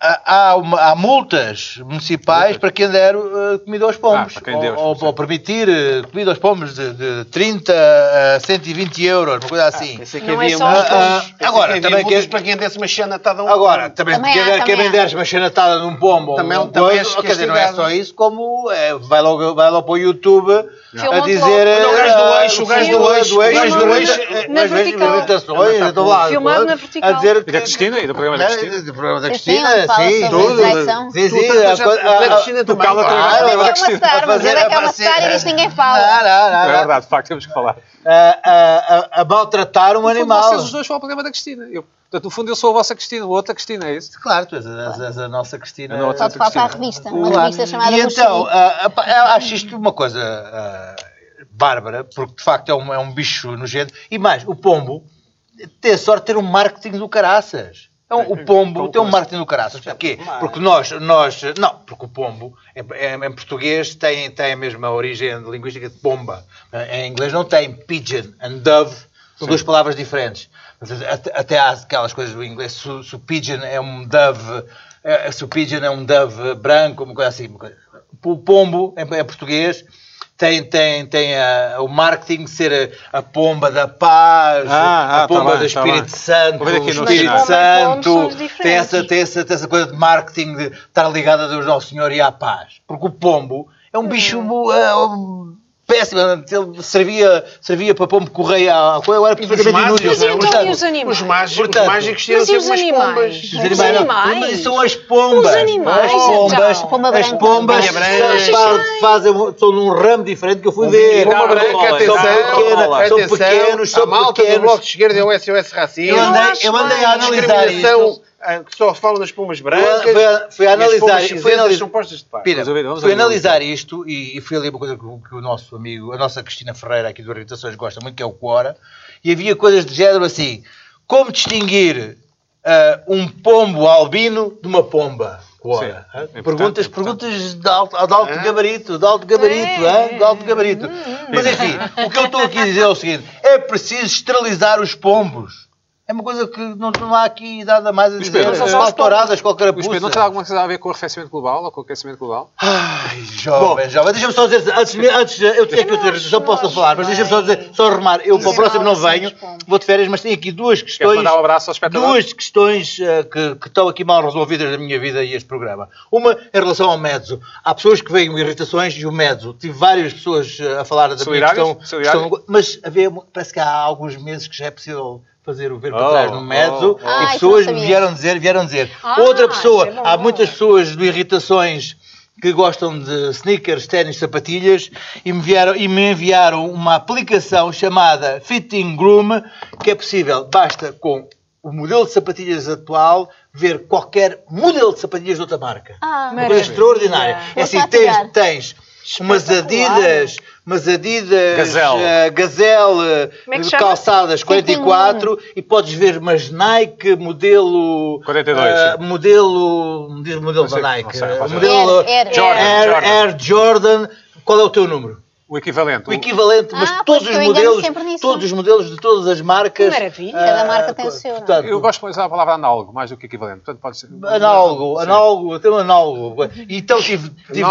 Speaker 4: há, há uma- há multas municipais para quem der ah, comida aos pombos.
Speaker 1: Ah, para quem der,
Speaker 4: ou, ou-
Speaker 1: sim.
Speaker 4: ou permitir ah, comida aos pombos de, de 30 a 120 euros, uma coisa assim.
Speaker 2: Pensei
Speaker 3: Não é só
Speaker 2: uma-
Speaker 3: os pombos.
Speaker 2: Ah, ah, Agora,
Speaker 4: Pensei que
Speaker 2: também
Speaker 4: havia
Speaker 2: queres
Speaker 4: multas
Speaker 2: para quem desse uma chanatada a um
Speaker 4: Agora, também,
Speaker 5: Também
Speaker 4: quem,
Speaker 5: há,
Speaker 4: der,
Speaker 5: também
Speaker 4: quem
Speaker 5: há.
Speaker 4: deres uma chanatada num um pombo
Speaker 2: Também-
Speaker 4: ou numa
Speaker 2: também
Speaker 4: coisa,
Speaker 2: és
Speaker 4: quer dizer, não é
Speaker 2: castigado.
Speaker 4: só isso, como é, vai, logo, vai logo para o YouTube a
Speaker 3: Filmam-te
Speaker 4: dizer...
Speaker 3: logo. Olha,
Speaker 2: o gajo do
Speaker 4: ah,
Speaker 2: eixo, o
Speaker 3: gajo do
Speaker 4: filma-
Speaker 2: eixo,
Speaker 4: do eixo,
Speaker 3: filmam
Speaker 4: do
Speaker 3: na-
Speaker 4: eixo,
Speaker 3: na
Speaker 4: mas vejo
Speaker 3: vertical.
Speaker 4: limitações, a todo lado,
Speaker 3: Filmado na vertical.
Speaker 4: A dizer
Speaker 1: E da Cristina, e do programa da Cristina.
Speaker 4: do programa é, da
Speaker 5: Sim,
Speaker 4: Cristina,
Speaker 5: onde fala
Speaker 4: sim,
Speaker 5: sobre
Speaker 4: tudo.
Speaker 5: a traição.
Speaker 4: Sim, sim,
Speaker 2: Tu-
Speaker 4: a
Speaker 2: tu-
Speaker 4: coisa-
Speaker 2: tu- tu-
Speaker 4: a- a-
Speaker 2: Cristina, tu-
Speaker 4: a-
Speaker 1: cala-te,
Speaker 4: a-
Speaker 1: cala-te.
Speaker 4: a- tá
Speaker 5: Mas
Speaker 4: a-
Speaker 5: é que é uma star, mas é daquela
Speaker 4: a- Ah,
Speaker 5: star e disto ninguém
Speaker 4: Não,
Speaker 5: fala.
Speaker 1: É
Speaker 4: não, não, não.
Speaker 1: verdade, de facto, temos que falar.
Speaker 4: A- É, A a- a maltratar um
Speaker 1: Quando
Speaker 4: animal.
Speaker 1: Vocês os dois vão ao programa da Cristina. Eu, portanto, no fundo, eu sou a vossa Cristina, o outro a Cristina, é isso?
Speaker 4: Claro, tu és a- és és a nossa Cristina.
Speaker 1: A nossa
Speaker 5: Só te falta a
Speaker 1: Cristina.
Speaker 5: revista.
Speaker 4: Olá.
Speaker 5: Uma revista chamada
Speaker 4: É, E então,
Speaker 5: Buxeri.
Speaker 4: ah, ah, pá, eu acho isto uma coisa ah, bárbara, porque de facto é um, é um bicho nojento. E mais, o pombo tem a sorte de ter um marketing do caraças. Então, o pombo tem um marketing do caraças. Porquê? Porque nós, nós. Não, porque o pombo, em, em- em português, tem, tem a mesma origem linguística de pomba. Em inglês não tem. Pigeon and dove são duas palavras diferentes. Mas até, até há aquelas coisas do inglês. Se, é o- se o pigeon é um dove, eh, se o pigeon é um dove branco, uma coisa assim. uma coisa. O o pombo em, em português tem, tem, tem a- o marketing de ser a, a pomba da paz,
Speaker 1: Ah, ah,
Speaker 4: a pomba
Speaker 1: tá bem,
Speaker 4: do
Speaker 1: tá
Speaker 4: Espírito
Speaker 1: bem.
Speaker 4: Santo,
Speaker 1: Vou ver aqui
Speaker 4: o
Speaker 1: no
Speaker 4: Espírito
Speaker 1: dicionário.
Speaker 3: Mas pomba e pombo são
Speaker 4: Santo,
Speaker 3: diferentes.
Speaker 4: tem essa, tem, essa, tem essa coisa de marketing de estar ligada do Nosso Senhor e à paz. Porque o pombo é um bicho eh, um péssimo, ele servia, servia para pombo correia, à coisa, era perfeitamente
Speaker 1: mágios,
Speaker 4: inútil.
Speaker 1: Mas
Speaker 3: e então e os animais?
Speaker 2: Os mágicos,
Speaker 4: Portanto,
Speaker 2: os mágicos tinham
Speaker 3: Mas e
Speaker 2: sempre
Speaker 3: os
Speaker 2: umas
Speaker 3: animais?
Speaker 2: pombas.
Speaker 4: Os animais, não. Mas são as pombas.
Speaker 3: Os animais,
Speaker 4: as pombas,
Speaker 3: então.
Speaker 5: Pomba
Speaker 4: as
Speaker 5: branca.
Speaker 4: pombas
Speaker 2: Pomba branca.
Speaker 4: fazem, fazem um- são num ramo diferente que eu fui ver.
Speaker 1: Pomba
Speaker 4: Não,
Speaker 1: branca,
Speaker 4: são
Speaker 1: atenção,
Speaker 4: pequenas, são
Speaker 2: Atenção,
Speaker 4: pequenos,
Speaker 2: a
Speaker 4: são
Speaker 2: malta do Bloco
Speaker 4: pequenos.
Speaker 2: de Esquerda é o SOS Racismo.
Speaker 4: Eu andei, eu
Speaker 3: acho
Speaker 4: andei
Speaker 3: bem.
Speaker 4: a
Speaker 2: A
Speaker 4: analisar
Speaker 2: discriminação
Speaker 4: isto.
Speaker 2: ah, que só falam das pombas
Speaker 4: Fui
Speaker 2: brancas.
Speaker 4: a- fui a
Speaker 2: e as
Speaker 4: analisar-
Speaker 2: pombas
Speaker 4: fui
Speaker 2: cinzentas
Speaker 4: analisar-
Speaker 2: são postas de parte.
Speaker 4: Pira,
Speaker 1: Vamos ouvir, vamos
Speaker 4: fui
Speaker 1: ouvir.
Speaker 4: analisar isto e, e fui ali uma coisa que, o- que o nosso amigo, a nossa Cristina Ferreira aqui do Orientações gosta muito, que é o Quora, e havia coisas de género assim, como distinguir ah, um pombo albino de uma pomba? Quora.
Speaker 1: Sim,
Speaker 4: hã?
Speaker 1: é importante,
Speaker 4: perguntas
Speaker 1: é importante.
Speaker 4: perguntas de alto, de alto gabarito, de alto gabarito, hã? de alto gabarito. Mas enfim, o que eu estou aqui a dizer é o seguinte, é preciso esterilizar os pombos. É uma coisa que não, não há aqui nada mais a
Speaker 1: Luís
Speaker 4: dizer.
Speaker 1: Pedro,
Speaker 4: São
Speaker 1: eh,
Speaker 4: touradas, qualquer
Speaker 1: Luís Pedro, não
Speaker 4: puça.
Speaker 1: terá alguma coisa a ver com o arrefecimento global ou com o aquecimento global?
Speaker 4: Ai, jovem, jovem, deixa-me só dizer, antes, antes eu sei que eu tenho- só posso
Speaker 3: nós,
Speaker 4: falar, mas deixa-me só dizer, só arrumar, eu para o
Speaker 3: Dizem
Speaker 4: próximo não
Speaker 3: mal, assim,
Speaker 4: venho,
Speaker 3: os pombos.
Speaker 4: vou de férias, mas tenho aqui duas
Speaker 1: Queres
Speaker 4: questões,
Speaker 1: mandar um abraço ao espectador?
Speaker 4: duas questões eh, que, que estão aqui mal resolvidas na minha vida e este programa. Uma em relação ao mezzo, há pessoas que veem irritações e o mezzo, tive várias pessoas eh, a falar da minha
Speaker 1: Solidários?
Speaker 4: questão,
Speaker 1: Solidários?
Speaker 4: questão- mas havia- parece que há alguns meses que já é possível fazer o ver para
Speaker 1: Oh,
Speaker 4: trás no mezzo
Speaker 1: oh, oh.
Speaker 5: Ah,
Speaker 4: e
Speaker 5: isso
Speaker 4: pessoas
Speaker 5: não sabia.
Speaker 4: vieram dizer, vieram dizer.
Speaker 3: Ah,
Speaker 4: Outra pessoa,
Speaker 3: isso é bom.
Speaker 4: há muitas pessoas de irritações que gostam de sneakers, ténis, sapatilhas e me, vieram, e me enviaram uma aplicação chamada Fitting Groom que é possível, basta com o modelo de sapatilhas atual ver qualquer modelo de sapatilhas de outra marca.
Speaker 5: Ah,
Speaker 4: Uma
Speaker 3: Mas-
Speaker 4: coisa
Speaker 3: Maravilha.
Speaker 4: extraordinária. É
Speaker 5: Vou
Speaker 4: assim,
Speaker 5: só
Speaker 4: tens,
Speaker 5: tirar.
Speaker 4: tens umas
Speaker 3: Espetacular.
Speaker 4: Adidas, umas Adidas
Speaker 1: Gazelle.
Speaker 4: eh, Gazelle,
Speaker 3: Como é que
Speaker 4: eh,
Speaker 3: chama?
Speaker 4: calçadas
Speaker 5: um
Speaker 4: 44 e podes ver umas Nike modelo
Speaker 1: 42,
Speaker 4: eh,
Speaker 1: sim.
Speaker 4: modelo diz o modelo
Speaker 1: Não sei,
Speaker 4: da
Speaker 1: não
Speaker 4: Nike,
Speaker 1: sei, não
Speaker 4: eh,
Speaker 1: faço
Speaker 4: modelo
Speaker 5: ideia.
Speaker 4: Air,
Speaker 5: Air, Air,
Speaker 1: Jordan, Jordan.
Speaker 4: Air Jordan. Qual é o teu número?
Speaker 1: O equivalente.
Speaker 4: O equivalente, mas
Speaker 5: Ah,
Speaker 4: todos
Speaker 5: pois,
Speaker 4: os
Speaker 5: eu engano-me
Speaker 4: modelos,
Speaker 5: sempre nisso.
Speaker 4: todos os modelos de todas as marcas.
Speaker 3: Maravilha.
Speaker 5: Cada
Speaker 4: eh,
Speaker 5: marca tem o
Speaker 4: co-
Speaker 5: seu, não é?
Speaker 4: portanto,
Speaker 1: Eu gosto de usar a palavra análogo, mais do que equivalente. Portanto, pode ser...
Speaker 4: Análogo,
Speaker 1: Sim.
Speaker 4: análogo, até um análogo. Então tive, tive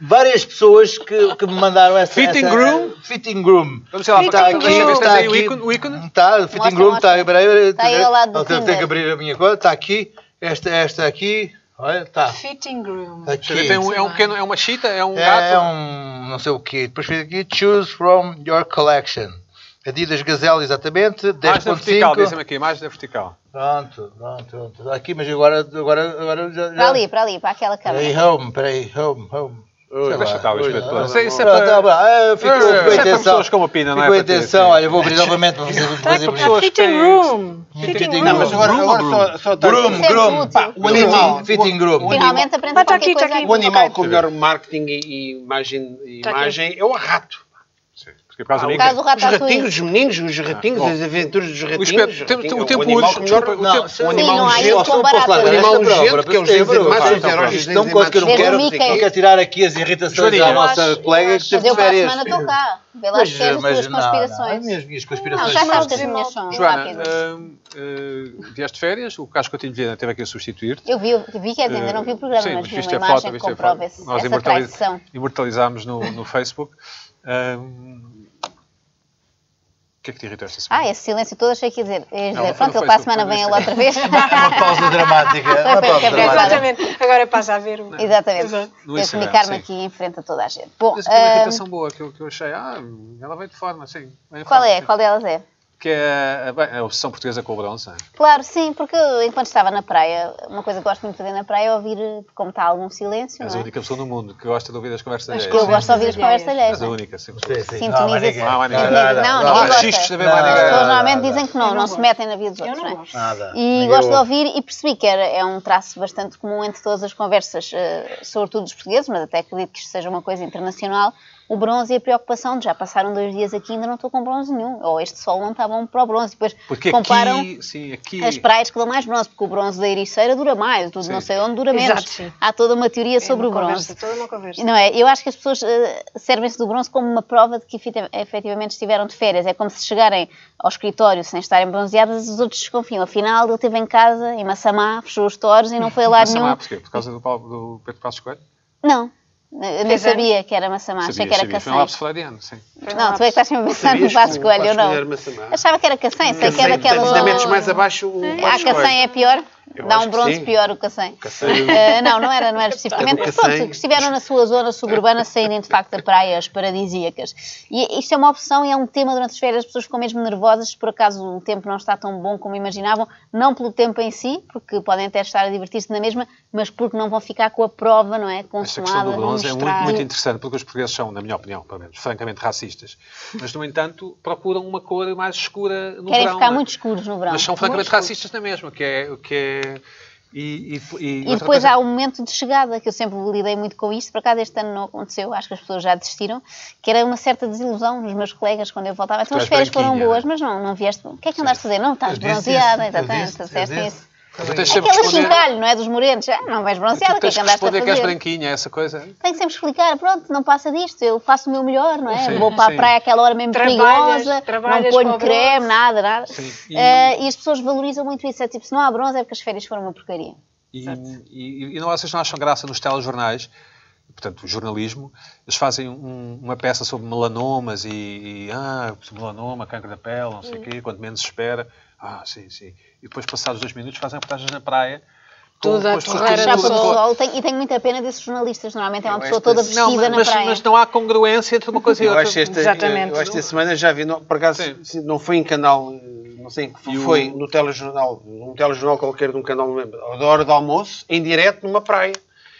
Speaker 4: várias pessoas que, que me mandaram essa.
Speaker 1: Fitting
Speaker 4: essa-
Speaker 1: groom?
Speaker 4: Fitting groom.
Speaker 1: Vamos lá,
Speaker 5: Então,
Speaker 4: está
Speaker 1: para
Speaker 4: aqui,
Speaker 1: deixa eu ver se tens
Speaker 4: está
Speaker 1: aí o
Speaker 4: aqui.
Speaker 1: ícone. O
Speaker 5: um
Speaker 1: ícone.
Speaker 4: Está, fitting
Speaker 5: Mostra,
Speaker 4: groom,
Speaker 5: mostra.
Speaker 4: está aí,
Speaker 5: Está aí ao lado do
Speaker 4: Tenho que
Speaker 5: Tinder.
Speaker 4: abrir a minha conta, está aqui. Esta, esta aqui, olha, está.
Speaker 3: Fitting room.
Speaker 1: Deixa eu ver, Tem
Speaker 4: Ah. Aqui.
Speaker 1: um, é, um pequeno, é uma chita, é um
Speaker 4: É
Speaker 1: gato.
Speaker 4: um, não sei o quê. Depois fiz aqui, choose from your collection. Adidas Gazelle, exatamente,
Speaker 1: Mais na vertical,
Speaker 4: 10.5.
Speaker 1: dizem aqui, mais na vertical.
Speaker 4: Pronto, pronto, pronto. Aqui, mas agora, agora, agora já,
Speaker 5: Para
Speaker 4: já,
Speaker 5: ali, para ali, para aquela
Speaker 4: Peraí,
Speaker 5: câmara.
Speaker 4: home, peraí, home, home.
Speaker 1: Deixa
Speaker 4: Ui, lá,
Speaker 1: estar,
Speaker 4: ui,
Speaker 1: Luís Pedro,
Speaker 4: lá,
Speaker 1: pronto.
Speaker 4: lá,
Speaker 1: Isso é- isso é
Speaker 4: lá,
Speaker 1: para-
Speaker 4: tá bom. Ah, ficou-
Speaker 1: Isso é
Speaker 4: ficou a
Speaker 1: para
Speaker 4: intenção.
Speaker 1: pessoas como opinam, não é
Speaker 4: Ficou a
Speaker 1: para ti,
Speaker 4: intenção,
Speaker 1: sim.
Speaker 4: olha, eu vou abrir novamente para vocês fazer
Speaker 1: para pessoas que
Speaker 3: Tá, Fitting
Speaker 1: têm-
Speaker 3: room. Fitting
Speaker 4: Fitting
Speaker 3: room.
Speaker 2: Não, mas agora,
Speaker 1: Groom,
Speaker 2: agora
Speaker 1: groom.
Speaker 2: só, só tá-
Speaker 4: Groom,
Speaker 5: Isso é
Speaker 4: groom.
Speaker 5: útil.
Speaker 2: um
Speaker 4: Pá, O animal, fitting groom.
Speaker 2: O animal-
Speaker 5: Finalmente aprende
Speaker 3: Bata
Speaker 5: qualquer
Speaker 3: aqui,
Speaker 5: coisa
Speaker 3: tá aqui.
Speaker 2: O
Speaker 5: aqui.
Speaker 2: um animal com o
Speaker 1: Ok.
Speaker 2: melhor marketing e, e imagem, e
Speaker 3: Tá aqui.
Speaker 2: imagem é o rato.
Speaker 1: Sim, Porque por causa da
Speaker 5: Por causa do
Speaker 1: mica.
Speaker 2: Os ratinhos,
Speaker 5: ratatouille.
Speaker 2: os meninos, os ratinhos,
Speaker 1: Ah, bom.
Speaker 2: as aventuras dos ratinhos.
Speaker 1: Pedro,
Speaker 2: os
Speaker 1: tem-
Speaker 2: ratinhos,
Speaker 1: tem-
Speaker 2: é
Speaker 1: o tempo
Speaker 2: animal
Speaker 1: útil,
Speaker 2: com o melhor-
Speaker 1: desculpa,
Speaker 4: Não,
Speaker 1: tempo-
Speaker 2: um
Speaker 4: sim, sim,
Speaker 2: animal
Speaker 4: não há
Speaker 2: nojento,
Speaker 4: isso,
Speaker 5: só
Speaker 4: não
Speaker 5: barato.
Speaker 4: posso lá
Speaker 5: Um
Speaker 4: ver
Speaker 2: animal
Speaker 4: esta prova,
Speaker 2: nojento,
Speaker 4: porque
Speaker 2: que é os
Speaker 4: tem
Speaker 2: dedos
Speaker 4: desenho-
Speaker 2: mais
Speaker 4: Não, não,
Speaker 2: heróis,
Speaker 4: não,
Speaker 2: desenho
Speaker 4: posso, que eu não
Speaker 5: animado.
Speaker 4: quero,
Speaker 5: Ver o
Speaker 4: não
Speaker 5: Mickey.
Speaker 4: quero tirar aqui as irritações
Speaker 1: Joaninha.
Speaker 4: da nossa
Speaker 3: Eu
Speaker 4: colega que
Speaker 3: acho-
Speaker 4: teve
Speaker 5: Mas
Speaker 4: de
Speaker 5: eu para a
Speaker 4: férias.
Speaker 5: semana estou cá. Vê lá se queres as tuas
Speaker 4: não, não,
Speaker 5: conspirações.
Speaker 4: as minhas- minhas
Speaker 5: Não,
Speaker 4: conspirações. eh,
Speaker 5: já sabes que as
Speaker 3: Não,
Speaker 5: minhas são
Speaker 1: Joana,
Speaker 5: rápidas.
Speaker 1: hum, hum, vieste de férias, o Casco Coutinho de Viana esteve aqui a substituir-te.
Speaker 5: Eu vi, vi quer dizer, ainda não vi o programa,
Speaker 1: Eh, Sim,
Speaker 5: mas vi
Speaker 1: viste
Speaker 5: uma
Speaker 1: a foto,
Speaker 5: imagem que
Speaker 1: viste a
Speaker 5: comprova
Speaker 1: foto.
Speaker 5: esse-
Speaker 1: Nós
Speaker 5: essa
Speaker 1: imortaliz-
Speaker 5: traição.
Speaker 1: imortalizámos no, no Facebook. Hum, o que é que te irritou esta semana?
Speaker 5: Ah, esse silêncio todo achei que ia dizer. Ias
Speaker 1: Não, foi
Speaker 5: dizer, pronto,
Speaker 1: no
Speaker 5: ele para a
Speaker 1: Facebook,
Speaker 5: semana
Speaker 1: foi no
Speaker 5: vem ele outra vez.
Speaker 4: Uma pausa dramática. Uma pausa
Speaker 5: Foi para quebrar
Speaker 4: dramática.
Speaker 3: Exatamente. Agora passa a ver o.
Speaker 5: Exatamente.
Speaker 3: Exato.
Speaker 1: No Instagram,
Speaker 5: Eu é
Speaker 1: é,
Speaker 5: comunicar-me
Speaker 1: sim.
Speaker 5: aqui em frente a toda a gente. Bom,
Speaker 1: Mas aqui é uma
Speaker 5: ah,
Speaker 1: irritação boa que eu, que eu achei. Ah, ela veio de forma, sim. veio de
Speaker 5: qual
Speaker 1: forma,
Speaker 5: é?
Speaker 1: sim.
Speaker 5: Qual delas é?
Speaker 1: Que é a- bem, a obsessão portuguesa com o bronze. não é?
Speaker 5: Claro, sim, porque eu, enquanto estava na praia, uma coisa que gosto muito de fazer na praia é ouvir, eh, como está algum silêncio,
Speaker 1: És
Speaker 5: não
Speaker 1: a
Speaker 5: é?
Speaker 1: única pessoa no mundo que gosta de ouvir as conversas
Speaker 5: Acho
Speaker 1: alheias.
Speaker 5: que eu gosto de ouvir as
Speaker 3: Sim.
Speaker 5: conversas alheias.
Speaker 1: És a
Speaker 5: não é?
Speaker 1: única, sim. Ah,
Speaker 4: Sim, sim.
Speaker 5: Sintoniza-se.
Speaker 1: Não, há ninguém.
Speaker 5: Não,
Speaker 1: Há
Speaker 5: ninguém gosta.
Speaker 1: registros de haver
Speaker 4: Não,
Speaker 1: mais
Speaker 5: As
Speaker 1: ninguém.
Speaker 5: pessoas
Speaker 4: não, não.
Speaker 5: normalmente dizem que não,
Speaker 3: Eu
Speaker 5: não
Speaker 3: não
Speaker 5: se
Speaker 3: gosto.
Speaker 5: metem na vida dos
Speaker 3: Eu
Speaker 5: outros,
Speaker 3: não
Speaker 5: não é?
Speaker 3: gosto.
Speaker 1: Tá.
Speaker 4: Nada.
Speaker 5: E
Speaker 4: Ninguém
Speaker 5: gosto de
Speaker 4: ouve.
Speaker 5: ouvir e percebi que era, é um traço bastante comum entre todas as conversas, eh, sobretudo dos portugueses, mas até acredito que isto seja uma coisa internacional, o bronze e a preocupação de já passaram dois dias aqui e ainda não estou com bronze nenhum, ou este sol não está bom para o bronze, depois
Speaker 1: Porque
Speaker 5: comparam
Speaker 1: aqui, sim, aqui.
Speaker 5: as praias que dão mais bronze, porque o bronze da Ericeira dura mais, o de
Speaker 1: Sim.
Speaker 5: não sei onde dura menos.
Speaker 3: Exato, sim. É
Speaker 5: Há toda uma teoria sobre o
Speaker 3: Uma
Speaker 5: bronze.
Speaker 3: Conversa toda uma conversa.
Speaker 5: Não é? Eu acho que as pessoas eh, servem-se do bronze como uma prova de que efetiva- efetivamente estiveram de férias. É como se chegarem ao escritório sem estarem bronzeadas, os outros desconfiam. Afinal, ele esteve em casa, em Massamá, fechou os toros e não foi a lado
Speaker 1: Mas não há
Speaker 5: nenhum.
Speaker 1: porquê? Por causa do, Paulo- do Pedro Passos Coelho?
Speaker 5: Não. Eu nem sabia que era Massamá, achei que era
Speaker 1: sabia. Foi um lapso
Speaker 5: Cacém.
Speaker 1: freudiano, sim.
Speaker 5: Não, tu é que estás sempre a pensar no
Speaker 2: Sabias
Speaker 5: Vasco
Speaker 2: que o
Speaker 5: Coelho, eu
Speaker 2: Vasco
Speaker 5: não.
Speaker 2: Coelho era Massamá?
Speaker 5: Achava que era Cacém, sei que é daquela
Speaker 2: Ainda metes
Speaker 5: zona.
Speaker 2: mais abaixo o
Speaker 5: Ah,
Speaker 2: Vasco Coelho.
Speaker 5: Cacém é pior?
Speaker 2: Eu
Speaker 5: Dá
Speaker 2: acho
Speaker 5: um
Speaker 2: que
Speaker 5: bronze
Speaker 2: sim.
Speaker 5: pior o Cacém.
Speaker 2: Cacém.
Speaker 5: Eh, não, não era, não era especificamente, mas
Speaker 2: Cacém.
Speaker 5: pronto, que estiveram na sua zona suburbana saírem de facto a praias paradisíacas. E isto é uma opção e é um tema durante as férias, as pessoas ficam mesmo nervosas se por acaso o tempo não está tão bom como imaginavam, não pelo tempo em si, porque podem até estar a divertir-se na mesma, mas porque não vão ficar com a prova, não é?
Speaker 1: Esta questão
Speaker 5: Consumada,
Speaker 1: do bronze é muito,
Speaker 5: mostrada.
Speaker 1: muito interessante, porque os portugueses são, na minha opinião, pelo menos, francamente racistas. Mas, no entanto, procuram uma cor mais escura no
Speaker 5: Querem
Speaker 1: verão.
Speaker 5: ficar
Speaker 1: não é?
Speaker 5: muito escuros no verão.
Speaker 1: Mas são
Speaker 5: Muito
Speaker 1: francamente
Speaker 5: escuros.
Speaker 1: racistas na mesma, que é... Que é e, e, e,
Speaker 5: E
Speaker 1: outra
Speaker 5: depois
Speaker 1: coisa-
Speaker 5: há o momento de chegada, que eu sempre lidei muito com isto, por acaso este ano não aconteceu, acho que as pessoas já desistiram, que era uma certa desilusão nos meus colegas quando eu voltava. Então
Speaker 1: Tu és
Speaker 5: as férias foram
Speaker 1: branquinha,
Speaker 5: boas,
Speaker 1: né?
Speaker 5: mas não, não vieste. O que é que andaste a fazer? Não, estás
Speaker 4: Eu disse
Speaker 5: bronzeada, tá,
Speaker 4: isso, eu
Speaker 5: exatamente,
Speaker 4: disse, eu
Speaker 5: disseste
Speaker 4: disse.
Speaker 5: isso.
Speaker 1: Tu tens sempre que
Speaker 5: Aquele
Speaker 1: responder,
Speaker 5: chincalho, não é? Dos morenos, ah, não vais bronzeada, o
Speaker 1: tu
Speaker 5: que é
Speaker 1: tens
Speaker 5: que
Speaker 1: que
Speaker 5: andaste a
Speaker 1: responder que és
Speaker 5: fazer?
Speaker 1: branquinha, essa coisa.
Speaker 5: Tenho que sempre explicar, pronto, não passa disto, eu faço o meu melhor, não é?
Speaker 1: Sim,
Speaker 5: Vou para
Speaker 1: sim.
Speaker 5: a praia àquela hora mesmo
Speaker 3: Trabalhas-
Speaker 5: perigosa, não
Speaker 3: trabalhas
Speaker 5: ponho
Speaker 3: com bronze.
Speaker 5: creme, nada, nada.
Speaker 1: Sim, e-
Speaker 5: Eh, e as pessoas valorizam muito isso, é tipo, se não há bronze é porque as férias foram uma porcaria.
Speaker 1: E, e, e não, vocês não acham graça nos telejornais, portanto, o jornalismo, eles fazem um- uma peça sobre melanomas e, e, ah, melanoma, cancro da pele, não sei o
Speaker 5: Hum.
Speaker 1: quê, quanto menos se espera. Ah, sim, sim. E depois, passados dois minutos, fazem reportagens na praia. com-
Speaker 3: Tudo
Speaker 1: com
Speaker 3: a
Speaker 1: as
Speaker 3: torrar
Speaker 1: pessoas
Speaker 5: Já
Speaker 3: a
Speaker 1: todas-
Speaker 5: para o
Speaker 3: sol.
Speaker 5: sol, tenho- e tenho muita pena desses jornalistas. Normalmente é uma
Speaker 2: Eu
Speaker 5: pessoa
Speaker 2: esta-
Speaker 5: toda
Speaker 2: não,
Speaker 5: vestida
Speaker 1: Não, mas,
Speaker 5: na
Speaker 1: mas-
Speaker 5: praia.
Speaker 1: mas não há congruência entre uma coisa e
Speaker 2: Eu
Speaker 1: outra.
Speaker 2: acho esta,
Speaker 3: Exatamente.
Speaker 2: eu acho esta semana já vi, não, por acaso,
Speaker 1: Sim.
Speaker 2: se não foi em canal, eh, não sei, em que
Speaker 1: E o-
Speaker 2: foi no telejornal, um telejornal qualquer de um canal, não lembro, da hora do almoço, em direto numa praia.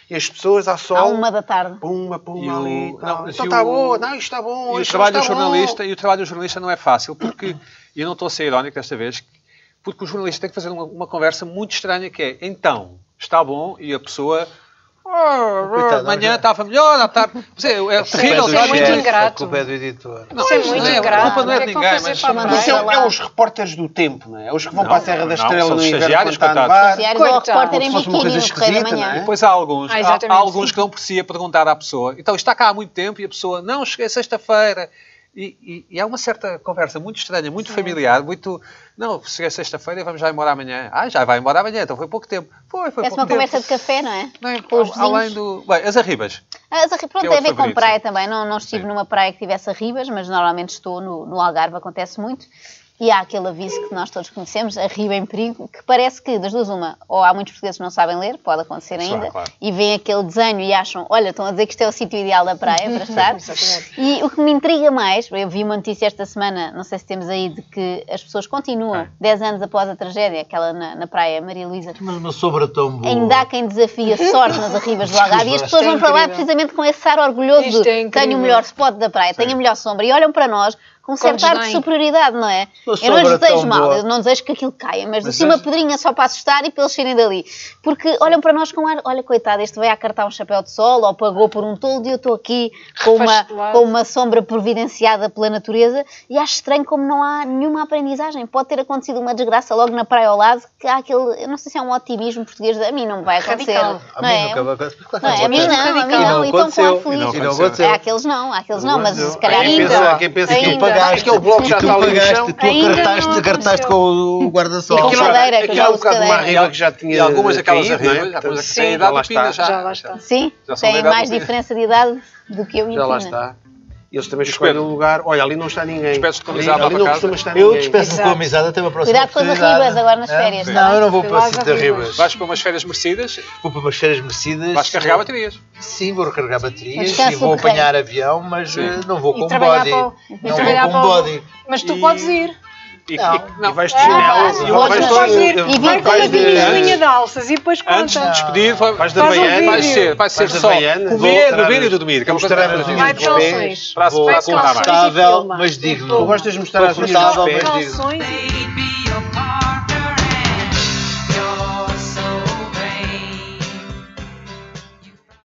Speaker 2: E as pessoas à
Speaker 5: Há
Speaker 2: sol,
Speaker 5: uma da tarde.
Speaker 2: puma,
Speaker 1: E
Speaker 2: puma
Speaker 1: o-
Speaker 2: ali. e
Speaker 1: não,
Speaker 2: tal.
Speaker 1: mas
Speaker 2: Então
Speaker 1: e
Speaker 2: está
Speaker 1: o-
Speaker 2: bom, não, isto está bom.
Speaker 1: E o
Speaker 2: isto
Speaker 1: trabalho do
Speaker 2: está bom.
Speaker 1: jornalista, e o trabalho do jornalista não é fácil, porque, e eu não estou a ser irónico desta vez, porque o jornalista tem que fazer uma, uma conversa muito estranha que é, então, está bom, e a pessoa... "Ah,
Speaker 2: Coitado,
Speaker 1: ah, amanhã
Speaker 2: olha. é."
Speaker 1: estava melhor, à tarde... Mas é, é terrível.
Speaker 3: Isso é
Speaker 1: sabe?
Speaker 3: muito
Speaker 2: chefe,
Speaker 3: ingrato.
Speaker 2: A culpa é do editor.
Speaker 1: Não,
Speaker 3: Isso é muito
Speaker 1: não é,
Speaker 3: ingrato.
Speaker 1: A culpa não
Speaker 3: O
Speaker 1: é
Speaker 3: que
Speaker 1: de
Speaker 3: é que vão
Speaker 1: ninguém,
Speaker 3: fazer
Speaker 1: mas...
Speaker 3: para a
Speaker 5: Mas
Speaker 2: Isso
Speaker 3: praia?
Speaker 2: é,
Speaker 5: Vai lá.
Speaker 2: é os repórteres do tempo, não é? Os que vão
Speaker 1: Não,
Speaker 2: para a Serra da
Speaker 1: não,
Speaker 2: Estrela
Speaker 1: são
Speaker 2: no
Speaker 1: os
Speaker 2: inverno
Speaker 1: estagiários,
Speaker 2: quando está a
Speaker 1: coitados.
Speaker 2: nevar.
Speaker 5: Diários ou
Speaker 3: Coitado.
Speaker 5: repórter em
Speaker 2: Como se fosse uma
Speaker 5: biquíni no
Speaker 2: coisa
Speaker 5: Correio da
Speaker 2: esquisita,
Speaker 5: Manhã.
Speaker 2: não é?
Speaker 1: Depois há alguns,
Speaker 3: Ah,
Speaker 1: há- há,
Speaker 3: exatamente,
Speaker 1: alguns
Speaker 3: sim.
Speaker 1: que não percebiam perguntar à pessoa. Então, está cá há muito tempo e a pessoa, não, cheguei sexta-feira. E, e- e há uma certa conversa muito estranha, muito familiar, muito. Não, cheguei sexta-feira e vamos já embora amanhã. Ah, já vai embora amanhã, então foi pouco tempo. Foi, foi pouco
Speaker 5: Parece uma
Speaker 1: tempo.
Speaker 5: conversa de café, não é?
Speaker 1: Não é?
Speaker 5: Com os
Speaker 1: Al- Além do.
Speaker 5: vizinhos.
Speaker 1: Bem, as arribas.
Speaker 5: Ah, as arri- Pronto,
Speaker 1: Que é
Speaker 5: tem a
Speaker 1: outro
Speaker 5: ver com
Speaker 1: favorito,
Speaker 5: praia
Speaker 1: sim.
Speaker 5: também. Não, não estive
Speaker 1: Sim.
Speaker 5: numa praia que tivesse arribas, mas normalmente estou no, no Algarve, acontece muito. E há aquele aviso que nós todos conhecemos, arriba em perigo, que parece que, das duas, uma, ou há muitos portugueses que não sabem ler, pode acontecer
Speaker 1: Claro,
Speaker 5: ainda,
Speaker 1: claro.
Speaker 5: e veem aquele desenho e acham, olha, estão a dizer que isto é o sítio ideal da praia para estar.
Speaker 3: Exatamente.
Speaker 5: e o que me intriga mais, eu vi uma notícia esta semana, não sei se temos aí, de que as pessoas continuam,
Speaker 1: Ok.
Speaker 5: 10 anos após a tragédia, aquela na, na praia Maria Luísa,
Speaker 4: Mas uma sobra tão boa.
Speaker 5: Ainda há quem desafia sorte nas arribas do Algarve e as pessoas
Speaker 3: Isto é
Speaker 5: vão para lá
Speaker 3: incrível.
Speaker 5: precisamente com esse ar orgulhoso
Speaker 3: Isto é
Speaker 5: de tenho
Speaker 3: incrível.
Speaker 5: o melhor spot da praia, tenho a melhor sombra e olham para nós com um certo ar de
Speaker 3: desdém.
Speaker 5: superioridade, não é?
Speaker 4: Uma
Speaker 5: eu não lhes
Speaker 4: sombra
Speaker 5: desejo
Speaker 4: tão
Speaker 5: mal,
Speaker 4: boa.
Speaker 5: eu não desejo que aquilo caia, mas,
Speaker 1: Mas
Speaker 5: assim uma
Speaker 1: sabes-
Speaker 5: pedrinha só para assustar e para eles saírem dali. Porque olham para nós com ar, olha coitado, este veio a cartar um chapéu de sol ou pagou por um toldo e eu estou aqui com uma,
Speaker 3: Refastelado.
Speaker 5: com uma sombra providenciada pela natureza e acho estranho como não há nenhuma aprendizagem. Pode ter acontecido uma desgraça logo na praia ao lado, que há aquele, eu não sei se é um otimismo português, a mim não me vai acontecer.
Speaker 3: Radical.
Speaker 5: Não é?
Speaker 4: nunca vai acontecer. Claro que
Speaker 5: Não é? A mim
Speaker 4: acontece.
Speaker 5: não, a mim
Speaker 3: E não
Speaker 5: não, e estão com ar
Speaker 4: aconteceu.
Speaker 1: E não
Speaker 5: feliz.
Speaker 1: aconteceu.
Speaker 5: Há aqueles não, há aqueles não, mas se calhar
Speaker 2: Quem
Speaker 5: ainda.
Speaker 2: pensa, quem pensa que
Speaker 5: Ainda.
Speaker 2: tu pagaste, aquele bloco já
Speaker 4: Tu
Speaker 2: está ali no chão.
Speaker 4: pagaste, tu
Speaker 3: Ainda não
Speaker 4: cartaste,
Speaker 3: aconteceu.
Speaker 4: cartaste com o- o guarda-sol.
Speaker 5: E com
Speaker 2: Aquilo-
Speaker 5: cadeira, que
Speaker 2: aquilo
Speaker 5: já
Speaker 2: é um
Speaker 5: usa
Speaker 2: bocado de uma
Speaker 5: cadeira.
Speaker 2: arriba que já tinha.
Speaker 1: E algumas daquelas
Speaker 2: caído, não é?
Speaker 1: arribas, há coisas que
Speaker 3: Sim,
Speaker 1: têm
Speaker 2: já
Speaker 1: idade
Speaker 2: lá
Speaker 1: do Pina,
Speaker 2: está.
Speaker 1: já.
Speaker 3: Já lá está.
Speaker 5: Sim,
Speaker 1: Já são
Speaker 5: têm
Speaker 1: da idade
Speaker 5: mais
Speaker 1: do-
Speaker 5: diferença de idade do que eu e
Speaker 2: Já
Speaker 5: a
Speaker 2: lá
Speaker 5: Pina.
Speaker 2: está. Eles também
Speaker 1: Espero.
Speaker 2: escolhem um lugar. Olha, ali não está ninguém.
Speaker 1: Espero que
Speaker 2: ali,
Speaker 1: economizar para
Speaker 2: ali não
Speaker 1: casa.
Speaker 2: costuma estar
Speaker 4: Eu
Speaker 2: ninguém.
Speaker 4: despeço-me com a
Speaker 3: Exato.
Speaker 4: amizade até uma próxima
Speaker 5: Cuidado com as
Speaker 4: oportunidade.
Speaker 5: arribas agora nas
Speaker 4: É?
Speaker 5: férias, não
Speaker 4: Não,
Speaker 5: é?
Speaker 4: eu não vou para o
Speaker 3: Cuidado
Speaker 4: sítio de
Speaker 3: com as arribas.
Speaker 4: arribas.
Speaker 1: Vais para umas férias merecidas,
Speaker 4: Vou para umas férias merecidas.
Speaker 1: vais carregar baterias.
Speaker 4: Sim, vou recarregar baterias
Speaker 5: Descansa
Speaker 4: e vou
Speaker 5: o correio.
Speaker 4: apanhar avião, mas eh, não vou com
Speaker 3: E
Speaker 4: o
Speaker 3: trabalhar
Speaker 4: body.
Speaker 3: para o... e
Speaker 4: Não
Speaker 3: trabalhar
Speaker 4: vou com
Speaker 3: para
Speaker 4: o
Speaker 3: o-
Speaker 4: body.
Speaker 3: Mas tu
Speaker 1: E-
Speaker 3: podes ir.
Speaker 1: E,
Speaker 4: Não.
Speaker 2: E vais de
Speaker 5: Ah,
Speaker 2: chinelo.
Speaker 5: sim,
Speaker 2: e
Speaker 5: podes,
Speaker 2: vais de-
Speaker 3: podes ir.
Speaker 2: eu-
Speaker 5: E
Speaker 3: Vai
Speaker 5: vinte
Speaker 3: com uma
Speaker 2: vais É. de-
Speaker 3: biquinha de alças e depois
Speaker 1: Antes de
Speaker 3: conta.
Speaker 1: despedir, vai,
Speaker 2: Ah. Vais de
Speaker 3: Faz um
Speaker 2: Havaiana.
Speaker 1: vai
Speaker 3: vídeo.
Speaker 1: ser, vai ser
Speaker 2: Vais de
Speaker 1: só
Speaker 2: Havaianas,
Speaker 1: comer,
Speaker 2: mostrar-
Speaker 1: beber e dormir. que é uma coisa
Speaker 2: mostrar
Speaker 1: que
Speaker 2: as
Speaker 1: nós
Speaker 2: unhas
Speaker 3: Vai
Speaker 1: fazemos.
Speaker 3: de
Speaker 2: dos pés.
Speaker 3: calções.
Speaker 1: Para a
Speaker 4: Vou
Speaker 1: semana,
Speaker 3: Vai de
Speaker 1: para a semana.
Speaker 3: calções.
Speaker 4: confortável, mas digno.
Speaker 2: Tu gostas de mostrar as unhas dos
Speaker 4: Confortável,
Speaker 2: pés?
Speaker 4: mas digno.
Speaker 3: Calções.
Speaker 6: baby